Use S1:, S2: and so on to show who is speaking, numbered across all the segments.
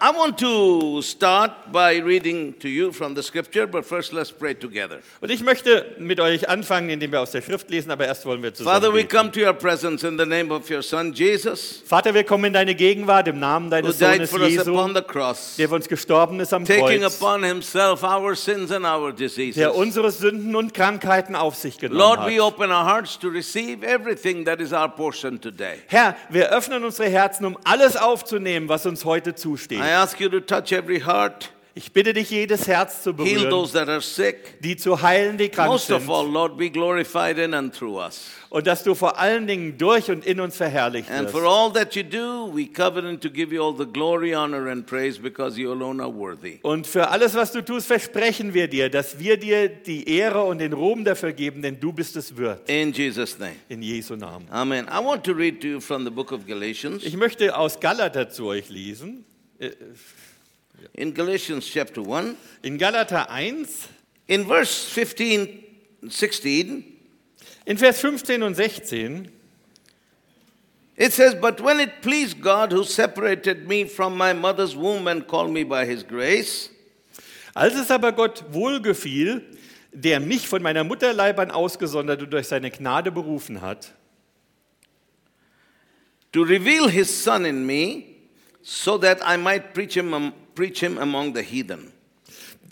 S1: I want to start by reading to you from the scripture, but first let's pray together.
S2: Und ich möchte mit euch anfangen, indem wir aus der Schrift lesen, aber erst wollen wir zusammen
S1: Father, we
S2: beten.
S1: come to your presence in the name of your Son Jesus,
S2: Vater, wir kommen in deine Gegenwart im Namen
S1: who
S2: deines
S1: died
S2: Sohnes
S1: for us
S2: Jesu,
S1: upon the cross,
S2: der für uns gestorben ist am
S1: taking
S2: Kreuz,
S1: upon himself our sins and our
S2: der
S1: diseases.
S2: unsere Sünden und Krankheiten auf sich genommen
S1: Lord, we
S2: hat.
S1: open our hearts to receive everything that is our portion today.
S2: Herr, wir öffnen unsere Herzen, um alles aufzunehmen, was uns heute zusteht.
S1: I ask you to touch every heart,
S2: Ich bitte dich, jedes Herz zu
S1: heal
S2: berühren,
S1: those that are sick.
S2: die zu heilen, die krank
S1: Most of
S2: sind,
S1: all, Lord, be glorified in and through us.
S2: und dass du vor allen Dingen durch und in uns verherrlicht
S1: And
S2: wirst.
S1: for all that you do, we covenant to give you all the glory, honor, and praise because you alone are worthy.
S2: Und für alles, was du tust, versprechen wir dir, dass wir dir die Ehre und den Ruhm dafür geben, denn du bist es wert.
S1: In Jesus' name.
S2: In Jesu Namen.
S1: Amen. I want to read to you from the book of Galatians.
S2: Ich möchte aus Galater zu euch lesen. Äh,
S1: In Galatians chapter 1,
S2: In Galater 1,
S1: in verse 15 16,
S2: in Vers 15 und 16.
S1: it says, But when it pleased God who separated me from my mother's womb and called me by his grace,
S2: Als es aber Gott wohlgefiel, der mich von meiner Mutterleib an ausgesondert und durch seine Gnade berufen hat,
S1: to reveal his son in me so that I might preach him, am- preach him among the heathen.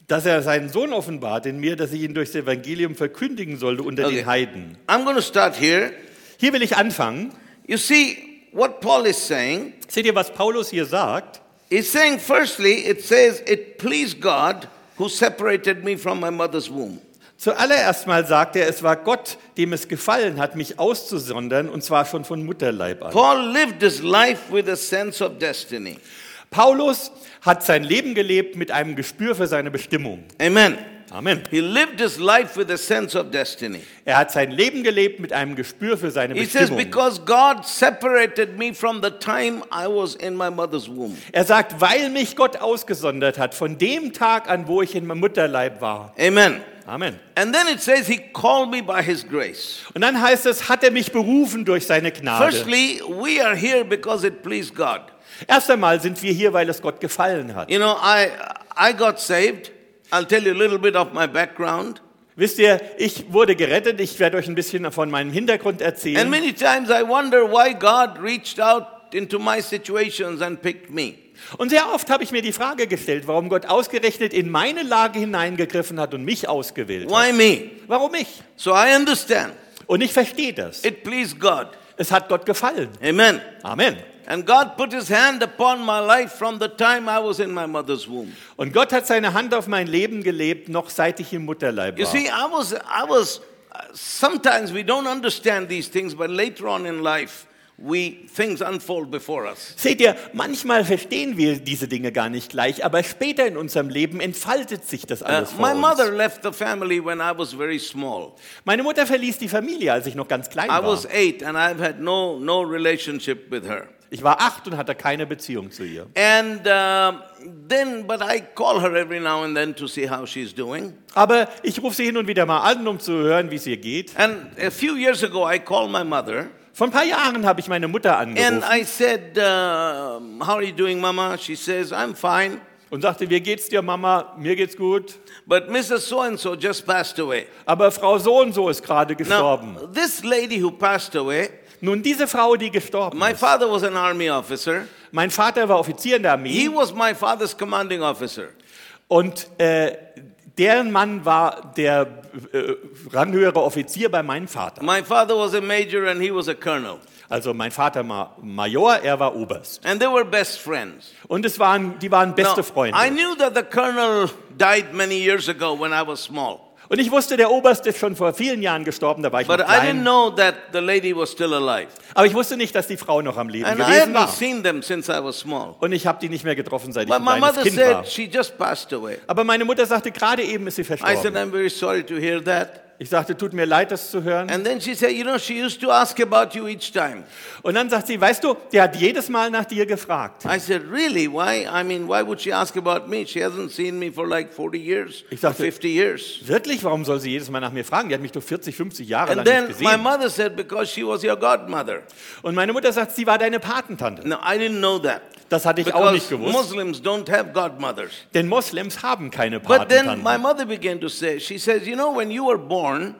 S2: dass er seinen Sohn offenbart in mir, dass ich ihn durchs Evangelium verkündigen sollte unter
S1: Okay.
S2: den Heiden.
S1: I'm going to start here.
S2: Hier will ich anfangen.
S1: You see, what Paul is saying,
S2: Seht ihr, was Paulus hier sagt?
S1: he's saying, firstly, it says, It pleased God who separated me from my mother's womb.
S2: Zuallererst mal sagt er, es war Gott, dem es gefallen hat, mich auszusondern, und zwar schon von Mutterleib an.
S1: Paul lived his life with a sense of destiny.
S2: Paulus hat sein Leben gelebt mit einem Gespür für seine Bestimmung.
S1: Amen.
S2: Amen.
S1: He lived his life with a sense of destiny.
S2: Er hat sein Leben gelebt mit einem Gespür für seine
S1: He says,
S2: Bestimmung.
S1: Because God separated me from the time I was in my mother's womb.
S2: Er sagt, weil mich Gott ausgesondert hat, von dem Tag an, wo ich in meinem Mutterleib war.
S1: Amen.
S2: Amen.
S1: And then it says, He called me by His grace.
S2: Und dann heißt es, hat er mich berufen durch seine Gnade.
S1: Firstly, we are here because it pleased God.
S2: Erst einmal sind wir hier, weil es Gott gefallen hat.
S1: You know, I, I got saved. I'll tell you a little bit of my background.
S2: Wisst ihr, ich wurde gerettet. Ich werde euch ein bisschen von meinem Hintergrund
S1: And
S2: erzählen.
S1: many times I wonder why God reached out into my situations and picked me.
S2: Und sehr oft habe ich mir die Frage gestellt, warum Gott ausgerechnet in meine Lage hineingegriffen hat und mich ausgewählt hat.
S1: Why me?
S2: Warum ich?
S1: So I understand.
S2: Und ich verstehe das.
S1: It pleased God.
S2: Es hat Gott gefallen.
S1: Amen.
S2: Amen.
S1: And God put his hand upon my life from the time I was in my mother's womb.
S2: Und Gott hat seine Hand auf mein Leben gelebt, noch seit ich im Mutterleib
S1: You
S2: war.
S1: see, I was, I was, uh, sometimes we don't understand these things, but later on in life, we, things unfold before us.
S2: Seht ihr, manchmal verstehen wir diese Dinge gar nicht gleich, aber später in unserem Leben entfaltet sich das
S1: Uh,
S2: alles vor
S1: my
S2: uns.
S1: mother left the family when I was very small.
S2: Meine Mutter verließ die Familie, als ich noch ganz klein
S1: I
S2: war.
S1: was eight and I've had no, no relationship with her.
S2: Ich war acht und hatte keine Beziehung zu ihr.
S1: And um then, but I call her every now and then to see how she's doing.
S2: Aber ich rufe sie hin und wieder mal an, um zu hören, wie es ihr geht.
S1: And a few years ago, I called my mother
S2: Vor ein paar Jahren habe ich meine Mutter angerufen
S1: and I said, um, How are you doing, Mama? She says, I'm fine,
S2: und sagte, wie geht's dir, Mama? Mir geht's gut.
S1: but Mrs. So and so just passed away.
S2: Aber Frau so und so ist gerade
S1: Now,
S2: gestorben.
S1: this lady who passed away,
S2: Nun, diese Frau, die gestorben
S1: my
S2: ist,
S1: father was an army officer.
S2: mein Vater war Offizier in der
S1: He
S2: Armee
S1: was my father's commanding officer.
S2: und äh, deren Mann war der äh, ranghöhere Offizier bei meinem Vater.
S1: My father was a major and he was a colonel.
S2: Also mein Vater war Major, er war Oberst.
S1: And they were best friends.
S2: Und es waren, die waren
S1: Now,
S2: beste
S1: I
S2: Freunde.
S1: knew that the colonel died many years ago when I was small,
S2: Und ich wusste, der Oberst ist schon vor vielen Jahren gestorben, da war ich
S1: but
S2: noch
S1: I didn't
S2: klein.
S1: know that the lady was still alive.
S2: Aber ich wusste nicht, dass die Frau noch am Leben
S1: And I
S2: gewesen
S1: hadn't
S2: war.
S1: seen them since I was small.
S2: Und ich habe die nicht mehr getroffen, seit ich
S1: But
S2: ein
S1: my
S2: kleines
S1: mother
S2: Kind war.
S1: said she just passed away.
S2: Aber meine Mutter sagte, gerade eben ist sie
S1: I said,
S2: verstorben.
S1: I'm very sorry to hear that.
S2: Ich sagte, tut mir leid, das zu hören.
S1: And then she said, You know, she used to ask about you each time.
S2: Und dann sagt sie, weißt du, der hat jedes Mal nach dir gefragt.
S1: I said, Really? Why? I mean, why would she ask about me? She hasn't seen me for like 40 years,
S2: Ich
S1: or
S2: dachte-
S1: 50 years.
S2: Wirklich, warum soll sie jedes Mal nach mir fragen? Die hat mich doch 40, 50 Jahre
S1: And
S2: lang nicht
S1: then my
S2: gesehen.
S1: mother said, Because she was your godmother.
S2: Und meine Mutter sagt, sie war deine Patentante.
S1: No, I didn't know that.
S2: Das hatte ich auch nicht
S1: Because
S2: gewusst.
S1: Muslims don't have godmothers.
S2: Denn Moslems haben keine
S1: But then my
S2: Patentanten.
S1: mother began to say, She says, You know, when you were born,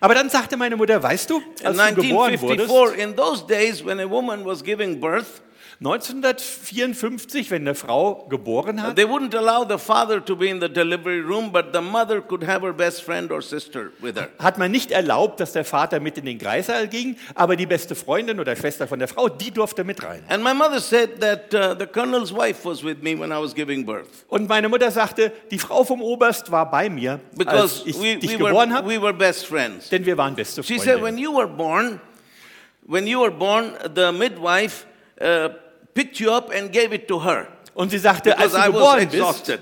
S2: Aber dann sagte meine Mutter, weißt du,
S1: in
S2: als du geboren wurdest,
S1: 1954, in those days when a woman was giving birth,
S2: 1954, wenn eine Frau geboren hat,
S1: They wouldn't allow the father to be in the delivery room, but the mother could have her best friend or sister with her.
S2: hat man nicht erlaubt, dass der Vater mit in den Kreißsaal ging, aber die beste Freundin oder Schwester von der Frau, die durfte mit rein.
S1: And my mother said that uh, the colonel's wife was with me when I was giving birth.
S2: Und meine Mutter sagte, die Frau vom Oberst war bei mir, als
S1: Because
S2: ich
S1: we,
S2: dich
S1: we,
S2: geboren
S1: were,
S2: habe,
S1: we were best friends.
S2: denn wir waren beste
S1: She said,
S2: Freunde.
S1: when you were born, when you were born, the midwife uh, picked you up and gave it to her.
S2: Und sie sagte, als
S1: Because
S2: du
S1: I was
S2: geboren bist,
S1: exhausted.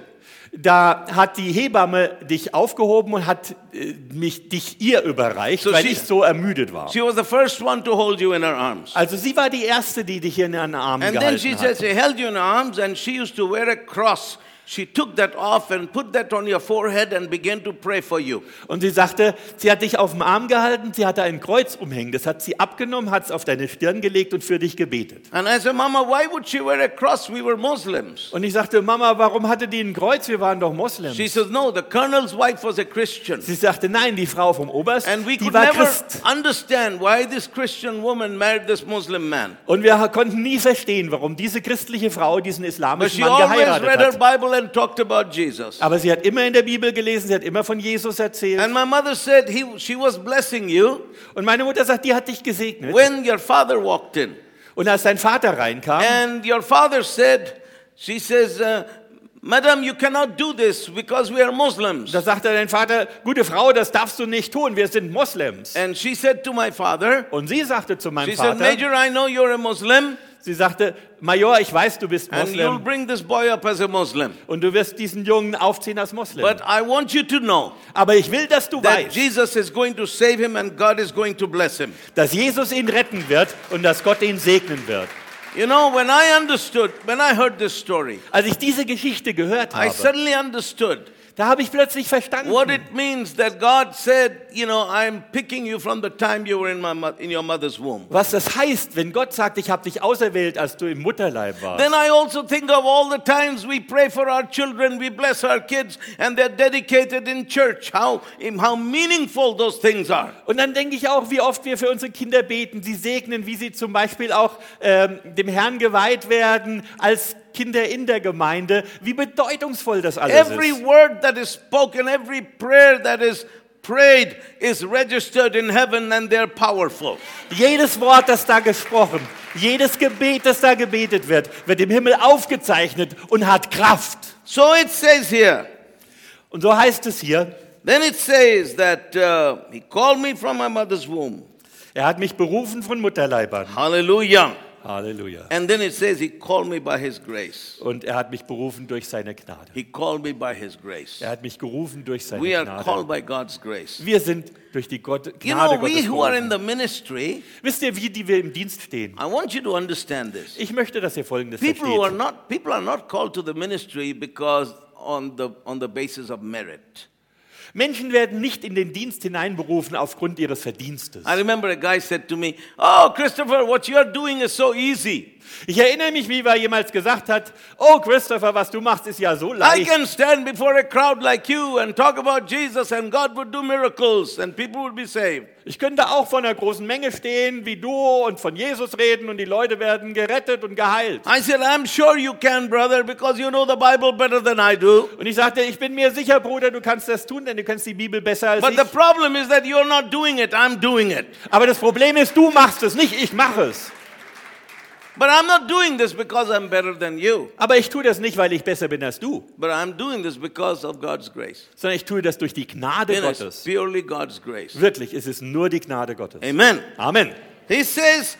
S2: da hat die Hebamme dich aufgehoben und hat äh, mich, dich ihr überreicht,
S1: So
S2: weil
S1: she-
S2: ich so ermüdet war.
S1: She was the first one to hold you in her arms.
S2: Also sie war die Erste, die dich hier in den Armen
S1: And then she
S2: gehalten
S1: said
S2: hat.
S1: she held you in her arms and she used to wear a cross. She took that off and put that on your forehead and began to pray for you.
S2: Und sie sagte, sie hat dich auf dem Arm gehalten, sie hatte ein Kreuz umhängen, das hat sie abgenommen, hat es auf deine Stirn gelegt und für dich gebetet.
S1: And I said, Mama, why would she wear a cross? We were Muslims.
S2: Und ich sagte, Mama, warum hatte die ein Kreuz? Wir waren doch Moslems.
S1: She says, No, the colonel's wife was a Christian.
S2: Sie sagte, nein, die Frau vom Oberst,
S1: And we
S2: die
S1: could
S2: war
S1: never
S2: Christ.
S1: understand why this Christian woman married this Muslim man.
S2: Und wir ha- konnten nie verstehen, warum diese christliche Frau diesen
S1: But
S2: islamischen
S1: she
S2: Mann
S1: always read
S2: geheiratet
S1: her
S2: hat.
S1: Bible and talked about Jesus.
S2: Aber sie hat immer in der Bibel gelesen, sie hat immer von Jesus erzählt.
S1: And my mother said he, she was blessing you
S2: Und meine Mutter sagt, die hat dich gesegnet.
S1: when your father walked in.
S2: Und als dein Vater reinkam,
S1: And your father said, she says, uh, Madam, you cannot do this because we are Muslims.
S2: da sagte dein Vater, gute Frau, das darfst du nicht tun, wir sind Moslems.
S1: And she said to my father,
S2: Und sie sagte zu meinem
S1: she said,
S2: Vater,
S1: Major, I know you're a Muslim
S2: sie sagte, Major, ich weiß, du bist
S1: and you'll
S2: Moslem
S1: bring this boy up as a Muslim.
S2: und du wirst diesen Jungen aufziehen als Moslem.
S1: But I want you to know
S2: Aber ich will, dass du
S1: that
S2: weißt,
S1: Jesus is going to save him and God is going to bless him.
S2: dass Jesus ihn retten wird und dass Gott ihn segnen wird.
S1: You know, when I understood, when I heard this story,
S2: Als ich diese Geschichte gehört
S1: I
S2: habe,
S1: suddenly understood
S2: da habe ich plötzlich verstanden,
S1: what it means that God said, you know, I'm picking you from the time you were in, my, mo- in your mother's womb.
S2: was das heißt, wenn Gott sagt, ich habe dich auserwählt, als du im Mutterleib warst.
S1: Then I also think of all the times we pray for our children, we bless our kids, and they're dedicated in church. How, im- how meaningful those things are.
S2: Und dann denke ich auch, wie oft wir für unsere Kinder beten, sie segnen, wie sie zum Beispiel auch ähm, dem Herrn geweiht werden als Kinder in der Gemeinde, wie bedeutungsvoll das alles
S1: Every
S2: ist.
S1: word that is spoken, every prayer that is prayed is registered in heaven and they're powerful.
S2: Jedes Wort, das da gesprochen, jedes Gebet, das da gebetet wird, wird im Himmel aufgezeichnet und hat Kraft.
S1: So it says here.
S2: Und so heißt es hier,
S1: Then it says that uh, he called me from my mother's womb.
S2: er hat mich berufen von Mutterleib an.
S1: Hallelujah.
S2: Halleluja.
S1: And then it says he called me by his grace.
S2: Und er hat mich berufen durch seine Gnade.
S1: He called me by his grace.
S2: Er hat mich gerufen durch seine
S1: We are called
S2: Gnade.
S1: by God's grace.
S2: Wir sind durch die Gott
S1: You know,
S2: Gnade
S1: we
S2: Gottes
S1: who are in
S2: berufen.
S1: the ministry,
S2: Wisst ihr, wie die wir im Dienst stehen?
S1: I want you to understand this.
S2: Ich möchte, dass ihr Folgendes
S1: People who are
S2: versteht.
S1: not people are not called to the ministry because on the on the basis of merit.
S2: Menschen werden nicht in den Dienst hineinberufen aufgrund ihres Verdienstes.
S1: I remember a guy said to me, "Oh, Christopher, what you're doing is so easy.
S2: Ich erinnere mich, wie er jemals gesagt hat, oh Christopher, was du machst, ist ja so
S1: I
S2: leicht.
S1: can stand before a crowd like you and talk about Jesus and God would do miracles and people would be saved."
S2: Ich könnte auch vor einer großen Menge stehen, wie du, und von Jesus reden und die Leute werden gerettet und geheilt.
S1: I said, "I'm sure you can, brother, because you know the Bible better than I do."
S2: Und ich sagte, ich bin mir sicher, Bruder, du kannst das tun, denn du kennst die Bibel besser als
S1: But
S2: ich.
S1: the problem is that you're not doing it. I'm doing it.
S2: Aber das Problem ist, du machst es nicht, ich mache es.
S1: But I'm not doing this because I'm better than you.
S2: Aber ich tue das nicht, weil ich besser bin als du,
S1: But I'm doing this because of God's grace.
S2: sondern ich tue das durch die Gnade
S1: It is
S2: Gottes.
S1: purely God's grace.
S2: Wirklich, es ist nur die Gnade Gottes.
S1: Amen.
S2: Amen.
S1: He says,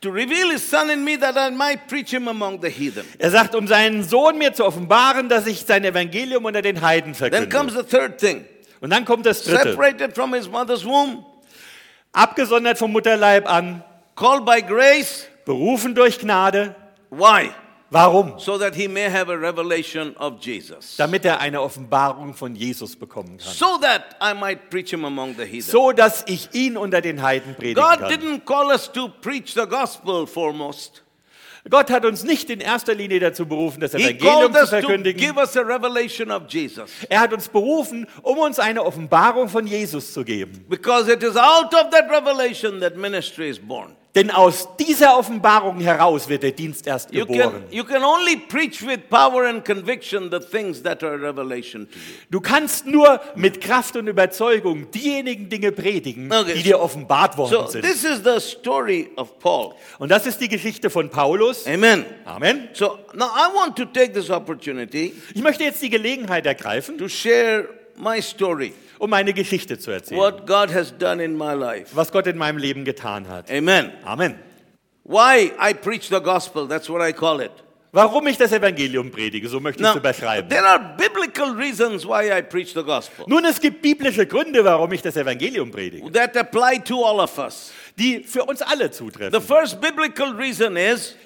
S1: to reveal his son in me that I might preach him among the heathen.
S2: Er sagt, um seinen Sohn mir zu offenbaren, dass ich sein Evangelium unter den Heiden
S1: Then comes
S2: verkünde.
S1: the third thing.
S2: Und dann kommt das dritte.
S1: separated from his mother's womb,
S2: Abgesondert vom Mutterleib an,
S1: called by grace.
S2: berufen durch Gnade.
S1: Why?
S2: Warum?
S1: So that he may have a revelation of Jesus.
S2: Damit er eine Offenbarung von Jesus bekommen kann.
S1: So that I might preach him among the heathen.
S2: So dass ich ihn unter den Heiden predigen
S1: God
S2: kann.
S1: didn't call us to preach the gospel foremost.
S2: Gott hat uns nicht in erster Linie dazu berufen, das
S1: He
S2: Evangelium
S1: called
S2: zu
S1: us to
S2: verkündigen.
S1: give us a revelation of Jesus.
S2: Er hat uns berufen, um uns eine Offenbarung von Jesus zu geben.
S1: Because it is out of that revelation that ministry is born.
S2: Denn aus dieser Offenbarung heraus wird der Dienst erst
S1: You can,
S2: geboren.
S1: you can only preach with power and conviction the things that are a revelation to you.
S2: Du kannst nur mit Kraft und Überzeugung diejenigen Dinge predigen,
S1: Okay.
S2: die dir offenbart
S1: So,
S2: worden sind.
S1: this is the story of Paul.
S2: Und das ist die Geschichte von Paulus.
S1: Amen.
S2: Amen.
S1: So, now I want to take this opportunity
S2: Ich möchte jetzt die Gelegenheit ergreifen,
S1: to share my story,
S2: um meine Geschichte zu erzählen,
S1: what God has done in my life.
S2: was Gott in meinem Leben getan hat.
S1: Amen.
S2: Amen.
S1: Why I preach the gospel, that's what I call it.
S2: Warum ich das Evangelium predige, so möchte ich es
S1: Now,
S2: überschreiben.
S1: there are biblical reasons why I preach the gospel
S2: Nun, es gibt biblische Gründe, warum ich das Evangelium predige,
S1: that apply to all of us.
S2: die für uns alle
S1: The
S2: zutreffen.
S1: first biblical reason is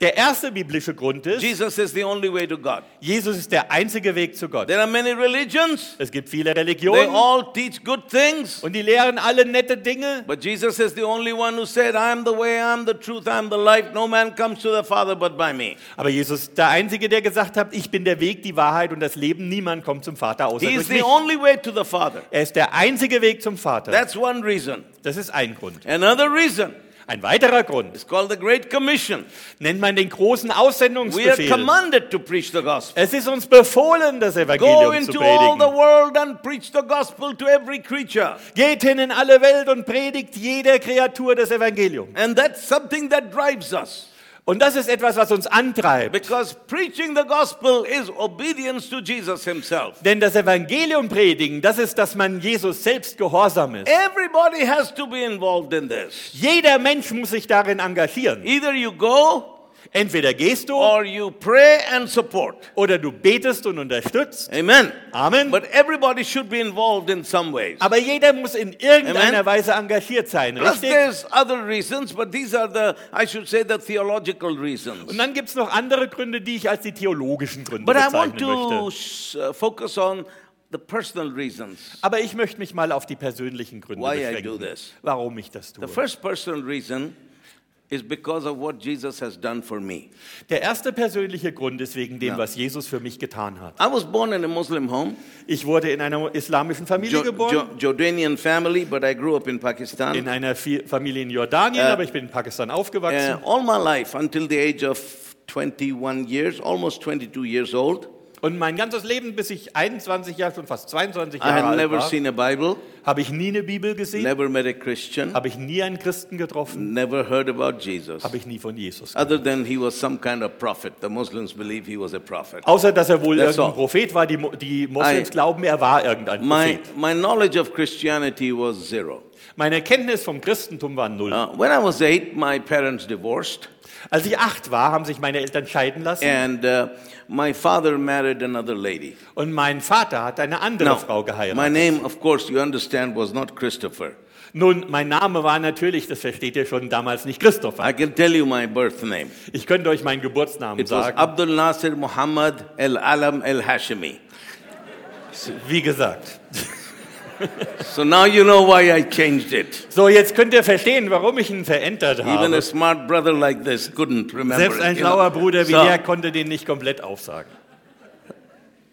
S2: Der erste biblische Grund ist,
S1: Jesus is the only way to God.
S2: Jesus ist der einzige Weg zu Gott.
S1: There are many religions,
S2: Es gibt viele
S1: they
S2: Religionen
S1: all teach good things,
S2: und die lehren alle nette Dinge,
S1: but Jesus is the only one who said, I am the way, I am the truth, I am the life. No man comes to the Father but by me.
S2: aber Jesus ist der einzige, der gesagt hat, ich bin der Weg, die Wahrheit und das Leben. Niemand kommt zum Vater außer
S1: He
S2: durch
S1: is the
S2: mich.
S1: only way to the Father.
S2: Er ist der einzige Weg zum Vater.
S1: That's one reason.
S2: Das ist ein Grund.
S1: Another reason
S2: Ein weiterer Grund
S1: is called the Great Commission.
S2: nennt man den großen
S1: We are
S2: Aussendungsbefehl.
S1: commanded to preach the gospel.
S2: Es ist uns befohlen, das
S1: Go
S2: Evangelium zu
S1: into all the
S2: predigen.
S1: world and preach the gospel to every creature.
S2: Geht hin in alle Welt und predigt jeder Kreatur das Evangelium.
S1: And that's something that drives us.
S2: Und das ist etwas, was uns antreibt.
S1: Because preaching the gospel is obedience to Jesus himself.
S2: Denn das Evangelium predigen, das ist, dass man Jesus selbst gehorsam ist.
S1: Everybody has to be involved in this.
S2: Jeder Mensch muss sich darin engagieren.
S1: Either you go
S2: Entweder gehst du
S1: or you pray and support.
S2: oder du betest und unterstützt.
S1: Amen.
S2: Amen.
S1: Äh, But everybody should be involved in some ways.
S2: Aber jeder muss in irgendeiner
S1: Amen.
S2: Weise engagiert sein,
S1: Plus,
S2: richtig?
S1: there's other reasons, but these are the, I should say, the theological reasons.
S2: Und dann gibt es noch andere Gründe, die ich als die theologischen Gründe
S1: But I
S2: bezeichnen
S1: want to
S2: möchte.
S1: s- uh, focus on the personal reasons.
S2: Aber ich möchte mich mal auf die persönlichen Gründe
S1: Why I do
S2: beschränken,
S1: this?
S2: warum ich das tue.
S1: The first personal reason is because of what Jesus has done for me.
S2: Der erste persönliche Grund ist wegen dem, was Jesus für mich getan hat.
S1: I was born in a Muslim home,
S2: Ich wurde in einer islamischen Familie
S1: Jo-
S2: geboren,
S1: Jo- Jordanian family, but I grew up in Pakistan.
S2: in einer Fi- Familie in Jordanien,
S1: Äh,
S2: aber ich bin in Pakistan aufgewachsen.
S1: Uh, all my life, until the age of 21 years, almost 22 years old,
S2: Und mein ganzes Leben, bis ich 21 Jahre, schon fast 22
S1: I
S2: Jahre
S1: had
S2: alt
S1: never
S2: war,
S1: seen a Bible,
S2: habe ich nie eine Bibel gesehen,
S1: never met a Christian,
S2: habe ich nie einen Christen getroffen,
S1: never heard about Jesus.
S2: habe ich nie von Jesus gehört.
S1: Other than he was some kind of prophet. The Muslims believe he was a prophet.
S2: Außer, dass er wohl
S1: That's
S2: irgendein
S1: all.
S2: Prophet war. Die, Mo- die Moslems
S1: I-
S2: glauben, er war irgendein
S1: My,
S2: Prophet.
S1: my knowledge of Christianity was zero.
S2: Meine Kenntnis vom Christentum war null.
S1: Uh, when I was eight, my parents divorced.
S2: Als ich acht war, haben sich meine Eltern scheiden lassen
S1: And uh, my father married another lady.
S2: und mein Vater hat eine andere Frau
S1: my
S2: geheiratet.
S1: name, of course, you understand, was not Christopher.
S2: Nun, mein Name war natürlich, das versteht ihr schon, damals nicht Christopher.
S1: I can tell you my birth name.
S2: Ich könnte euch meinen Geburtsnamen
S1: It was
S2: sagen.
S1: Abdul Nasir Muhammad Al Alam Al Hashimi.
S2: Wie gesagt.
S1: So now you know why I changed it.
S2: So, jetzt könnt ihr verstehen, warum ich ihn verändert
S1: Even a
S2: habe.
S1: smart brother like this couldn't remember.
S2: Selbst
S1: it,
S2: ein
S1: you know.
S2: schlauer Bruder wie
S1: So,
S2: der konnte den nicht komplett aufsagen.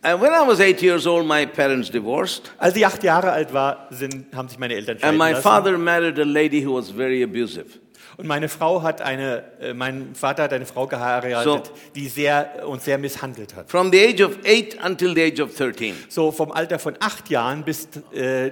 S1: uh, when I was eight years old, my parents divorced,
S2: Als ich acht Jahre alt war, sind, haben sich meine Eltern
S1: and
S2: scheiden
S1: my
S2: lassen.
S1: father married a lady who was very abusive.
S2: Und meine Frau hat eine, äh, mein Vater hat eine Frau geheiratet,
S1: So.
S2: die sehr, uns sehr misshandelt hat.
S1: From the age of eight until the age of 13.
S2: So vom Alter von acht Jahren bis äh,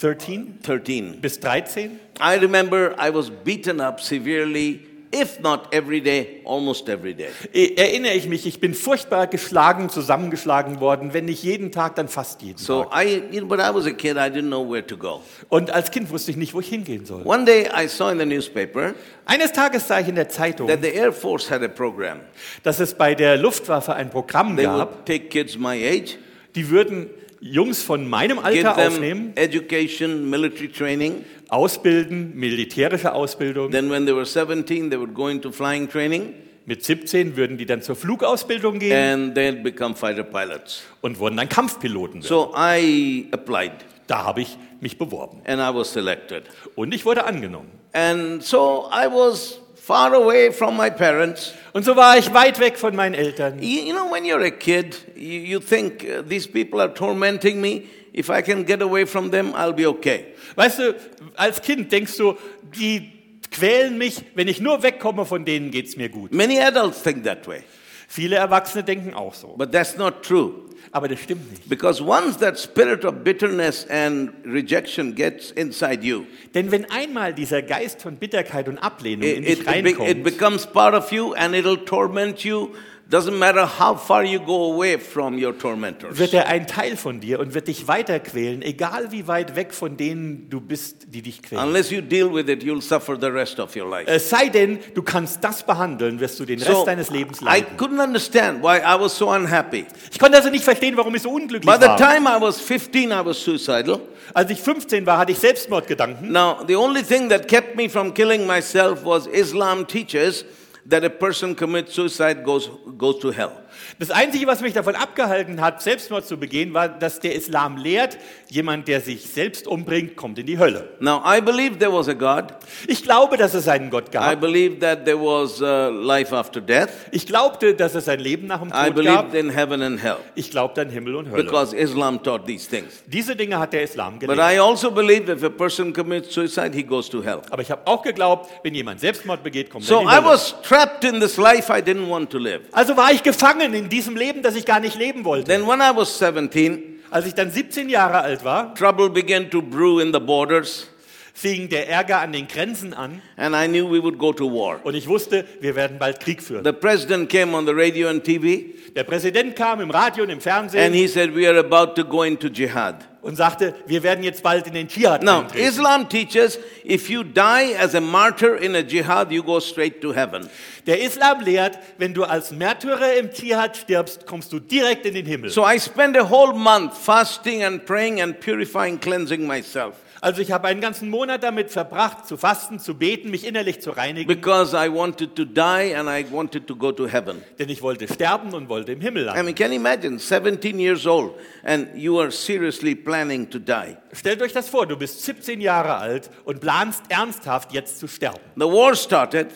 S2: 13,
S1: 13.
S2: bis 13.
S1: I remember I was beaten up severely, if not every day, almost every day.
S2: E- Erinnere ich mich, ich bin furchtbar geschlagen, zusammengeschlagen worden. Wenn nicht jeden Tag, dann fast jeden
S1: So
S2: Tag.
S1: I, you know, but I was a kid, I didn't know where to go.
S2: Und als Kind wusste ich nicht, wo ich hingehen soll.
S1: One day I saw in the newspaper
S2: Eines Tages sah ich in der Zeitung,
S1: that the Air Force had a program.
S2: dass es bei der Luftwaffe ein Programm
S1: They
S2: gab,
S1: would take kids my age
S2: die würden Jungs von meinem
S1: give
S2: Alter
S1: them
S2: aufnehmen,
S1: education, military training.
S2: ausbilden, militärische Ausbildung.
S1: Then, when they were 17, they would go into flying training
S2: Mit 17 würden die dann zur Flugausbildung gehen
S1: and they'd become fighter pilots.
S2: und wurden dann Kampfpiloten.
S1: So I applied
S2: Da habe ich mich beworben
S1: and I was selected.
S2: und ich wurde angenommen.
S1: And so I was far away from my parents.
S2: Und so war ich weit weg von meinen Eltern.
S1: You, you know, when you're a kid, you, you think uh, these people are tormenting me. If I can get away from them, I'll be okay.
S2: Weißt du, als Kind denkst du, die quälen mich, wenn ich nur wegkomme von denen geht's mir gut.
S1: Many adults think that way,
S2: Viele Erwachsene denken auch so,
S1: but that's not true.
S2: aber das stimmt nicht.
S1: Because once that spirit of bitterness and rejection gets inside you,
S2: Denn wenn einmal dieser Geist von Bitterkeit und Ablehnung in
S1: it, it,
S2: dich
S1: it, be- it
S2: reinkommt,
S1: becomes part of you and it'll torment you. Doesn't matter how far you go away from your tormentors.
S2: wird er ein Teil von dir und wird dich weiter quälen, egal wie weit weg von denen du bist, die dich quälen.
S1: Unless you deal with it, you'll suffer the rest of your life.
S2: Es Äh, sei denn, du kannst das behandeln, wirst du den Uh, Rest
S1: So,
S2: deines Lebens
S1: I
S2: leiden.
S1: couldn't understand why I was so unhappy.
S2: Ich konnte also nicht verstehen, warum ich so unglücklich
S1: By the
S2: war.
S1: time I was 15, I was suicidal.
S2: Als ich 15 war, hatte ich Selbstmordgedanken.
S1: Now, the only thing that kept me from killing myself was Islam teaches that a person commits suicide goes, goes to hell.
S2: Das Einzige, was mich davon abgehalten hat, Selbstmord zu begehen, war, dass der Islam lehrt, jemand, der sich selbst umbringt, kommt in die Hölle.
S1: Now, I believe there was a God.
S2: Ich glaube, dass es einen Gott
S1: I
S2: gab.
S1: believe that there was uh, life after death.
S2: Ich glaubte, dass es ein Leben nach dem
S1: I
S2: Tod
S1: believed
S2: gab.
S1: in heaven and hell
S2: Ich glaubte an Himmel und Hölle.
S1: because Islam taught these things.
S2: Diese Dinge hat der Islam
S1: But
S2: gelehrt.
S1: I also believe if a person commits suicide, he goes to hell.
S2: Aber ich habe auch geglaubt, wenn jemand Selbstmord begeht, kommt er
S1: So
S2: in die
S1: I
S2: Hölle.
S1: was trapped in this life I didn't want to live.
S2: Also war ich gefangen in diesem Leben, das ich gar nicht leben wollte.
S1: Then, when I was 17,
S2: Als ich dann 17 Jahre alt war,
S1: trouble began to brew in the borders,
S2: fing der Ärger an den Grenzen an
S1: and I knew we would go to war.
S2: und ich wusste, wir werden bald Krieg führen.
S1: The president came on the radio and TV,
S2: Der Präsident kam im Radio und im
S1: and
S2: Fernsehen
S1: he said, We are about to go into jihad.
S2: und sagte, wir werden jetzt bald in den Dschihad
S1: Now,
S2: eintreten.
S1: Islam teaches if you die as a martyr in a jihad, you go straight to heaven.
S2: Der Islam lehrt, wenn du als Märtyrer im Dschihad stirbst, kommst du direkt in den Himmel.
S1: So I spent a whole month fasting and praying and purifying, cleansing myself
S2: Also ich habe einen ganzen Monat damit verbracht, zu fasten, zu beten, mich innerlich zu reinigen,
S1: because I wanted to die and I wanted to go to heaven.
S2: denn ich wollte sterben und wollte im Himmel
S1: I
S2: landen.
S1: mean, can you imagine? 17 years old, and you are seriously planning to die.
S2: Stellt euch das vor, du bist 17 Jahre alt und planst ernsthaft jetzt zu sterben.
S1: The war started.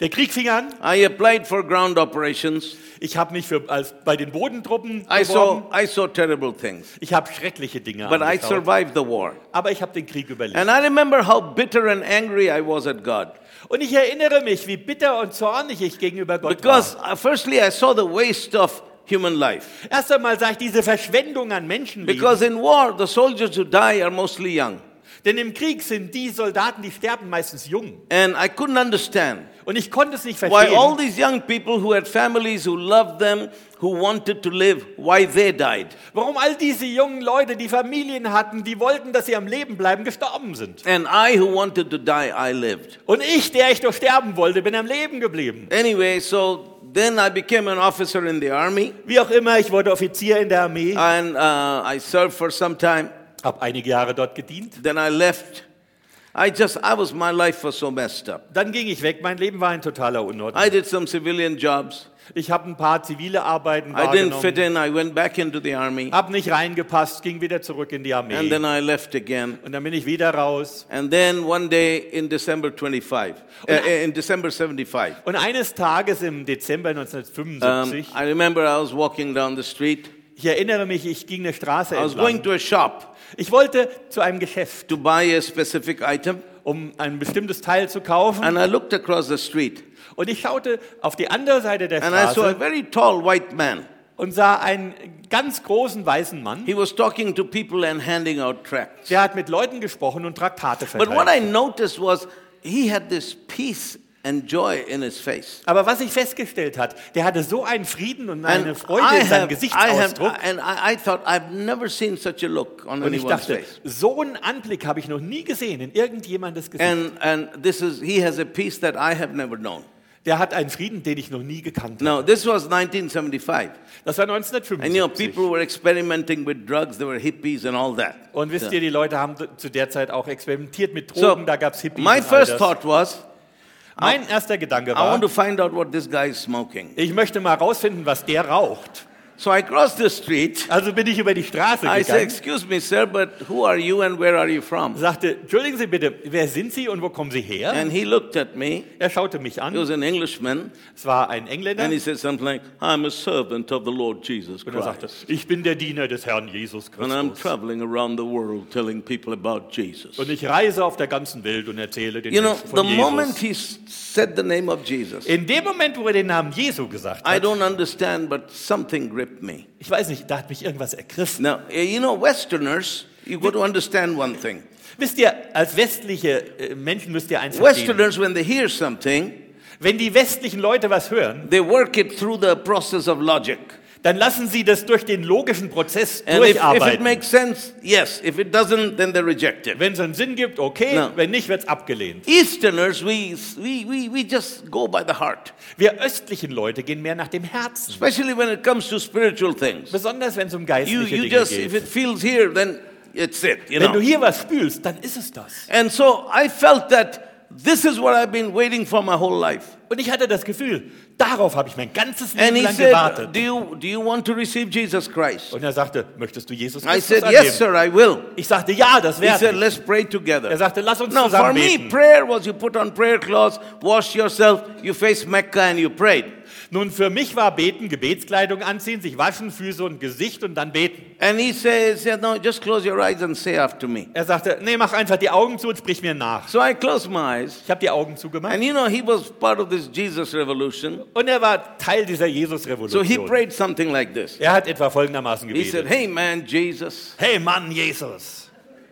S2: Der Krieg fing an.
S1: I applied for ground operations.
S2: Ich habe mich für, als, bei den Bodentruppen
S1: I
S2: beworben.
S1: saw, I saw terrible things,
S2: Ich habe schreckliche Dinge
S1: but I
S2: angeschaut,
S1: survived the war.
S2: aber ich habe den Krieg überlebt.
S1: And I remember how bitter and angry I was at God.
S2: Und ich erinnere mich, wie bitter und zornig ich gegenüber Gott
S1: Because, uh, firstly, I saw the waste of human life.
S2: war. Erst einmal sah ich diese Verschwendung an Menschenleben.
S1: Because in war, the soldiers who die are mostly young.
S2: Denn im Krieg sind die Soldaten, die sterben, meistens jung.
S1: And I couldn't understand
S2: Und ich konnte es nicht
S1: why all
S2: verstehen,
S1: these young people who had families, who loved them, who wanted to live, why they died.
S2: warum all diese jungen Leute, die Familien hatten, die wollten, dass sie am Leben bleiben, gestorben sind.
S1: And I, who wanted to die, I lived.
S2: Und ich, der ich doch sterben wollte, bin am Leben geblieben.
S1: Anyway, so then I became an officer in the army
S2: Wie auch immer, ich wurde Offizier in der Armee,
S1: and uh, I served for some time.
S2: habe einige Jahre dort gedient.
S1: Then I left. I just, I was, my life was so messed up.
S2: Dann ging ich weg, mein Leben war in totaler Unordnung.
S1: I did some civilian jobs.
S2: Ich habe ein paar zivile Arbeiten
S1: I didn't fit
S2: wahrgenommen,
S1: in. I went back into the army
S2: habe nicht reingepasst, ging wieder zurück in die
S1: and
S2: Armee.
S1: then I left again.
S2: Und dann bin ich wieder raus.
S1: And then one day in December 25, uh, in December 75,
S2: Und eines Tages im Dezember
S1: um,
S2: 1975,
S1: I remember I was walking down the street.
S2: ich erinnere mich, ich ging eine Straße
S1: I was going
S2: entlang.
S1: to a shop
S2: Ich wollte zu einem Geschäft,
S1: to buy a specific item
S2: um ein bestimmtes Teil zu kaufen.
S1: and I looked across the street
S2: Und ich schaute auf die andere Seite der
S1: and I saw a
S2: Straße
S1: very tall white man.
S2: und sah einen ganz großen weißen Mann,
S1: He was talking to people and handing out tracts.
S2: der hat mit Leuten gesprochen und Traktate
S1: But what
S2: verteilt.
S1: I noticed was he had this peace and joy in his face.
S2: Aber was ich festgestellt hat, der hatte so einen Frieden und eine
S1: And
S2: Freude in seinem
S1: I have,
S2: Gesichtsausdruck.
S1: and I, I thought I've never seen such a look on
S2: Und ich
S1: anyone's
S2: dachte,
S1: face.
S2: so einen Anblick habe ich noch nie gesehen in irgendjemandes Gesicht.
S1: And and this is he has a peace that I have never known.
S2: Der hat einen Frieden, den ich noch nie gekannt habe.
S1: Now, this was 1975.
S2: Das war
S1: And you know,
S2: 1975.
S1: people were experimenting with drugs, they were hippies and all that.
S2: Und wisst ihr, die Leute haben zu der Zeit auch experimentiert mit
S1: So,
S2: Drogen, da gab es Hippies.
S1: my
S2: und all
S1: first
S2: das.
S1: thought was,
S2: mein erster Gedanke
S1: I
S2: war,
S1: want to find out what this guy is smoking.
S2: ich möchte mal rausfinden, was der raucht.
S1: So I crossed the street.
S2: Also bin ich über die Straße
S1: I said,
S2: gegangen,
S1: Excuse me, sir, but who are you and where are you from?
S2: sagte, entschuldigen Sie bitte, wer sind Sie und wo kommen Sie her?
S1: And he looked at me.
S2: Er schaute mich
S1: He
S2: an,
S1: was an Englishman.
S2: es war ein Engländer,
S1: And he
S2: und
S1: said something like, I'm a servant of the Lord Jesus
S2: er sagte,
S1: Christ.
S2: ich bin der Diener des Herrn Jesus
S1: And I'm
S2: Christus.
S1: traveling around the world telling people about Jesus.
S2: Und ich reise auf der ganzen Welt und erzähle den
S1: You know,
S2: Menschen
S1: the
S2: von
S1: moment
S2: Jesus.
S1: he s- said the name of Jesus,
S2: In dem Moment, wo er den Namen Jesu gesagt
S1: I
S2: hat,
S1: don't understand, but something gripped me.
S2: ich weiß nicht, da hat mich irgendwas ergriffen.
S1: Now, eh, you know, Westerners, you got to understand one thing.
S2: Wisst ihr, als westliche äh, Menschen müsst ihr eins verstehen.
S1: Westerners, when they hear something,
S2: Wenn die westlichen Leute was hören,
S1: they work it through the process of logic.
S2: dann lassen sie das durch den logischen Prozess
S1: And if, if it
S2: durcharbeiten.
S1: makes sense, yes. If it doesn't, then they reject it.
S2: Wenn es einen Sinn gibt, okay,
S1: No.
S2: wenn nicht, wird es abgelehnt.
S1: Easterners, we, we, we, we just go by the heart,
S2: Wir östlichen Leute gehen mehr nach dem Herzen,
S1: especially when it comes to spiritual things.
S2: besonders wenn es um
S1: You,
S2: geistliche
S1: you
S2: Dinge
S1: just, if
S2: geht.
S1: it feels here, then it's it, you
S2: Wenn du
S1: know.
S2: hier was spülst, dann ist es das.
S1: And so I felt that this is what I've been waiting for my whole life.
S2: Und ich hatte das Gefühl, darauf habe ich mein ganzes
S1: And
S2: Leben
S1: he
S2: lang
S1: said,
S2: gewartet.
S1: do you, do you want to receive Jesus Christ?
S2: Und er sagte, möchtest du Jesus
S1: I
S2: Christus
S1: said,
S2: annehmen?
S1: yes, sir, I will.
S2: Ich sagte, ja, das
S1: He said,
S2: wäre.
S1: let's pray
S2: Er
S1: together.
S2: sagte, lass uns
S1: Now, for
S2: zusammen
S1: me,
S2: beten.
S1: prayer was you put on prayer cloths, wash yourself, you face Mecca, and you prayed.
S2: Nun, für mich war beten, Gebetskleidung anziehen, sich waschen, Füße und Gesicht und dann beten.
S1: And he said, said, No, just close your eyes and say after me.
S2: Er sagte, nee, mach einfach die Augen zu und sprich mir nach.
S1: So I closed my eyes.
S2: Ich habe die Augen zugemacht.
S1: And you know, he was part of this Jesus revolution.
S2: Und er war Teil dieser
S1: So he
S2: Jesus-Revolution.
S1: prayed something like this
S2: er hat etwa folgendermaßen
S1: He said,
S2: gebetet.
S1: Hey, man, Jesus,
S2: Hey Mann, Jesus,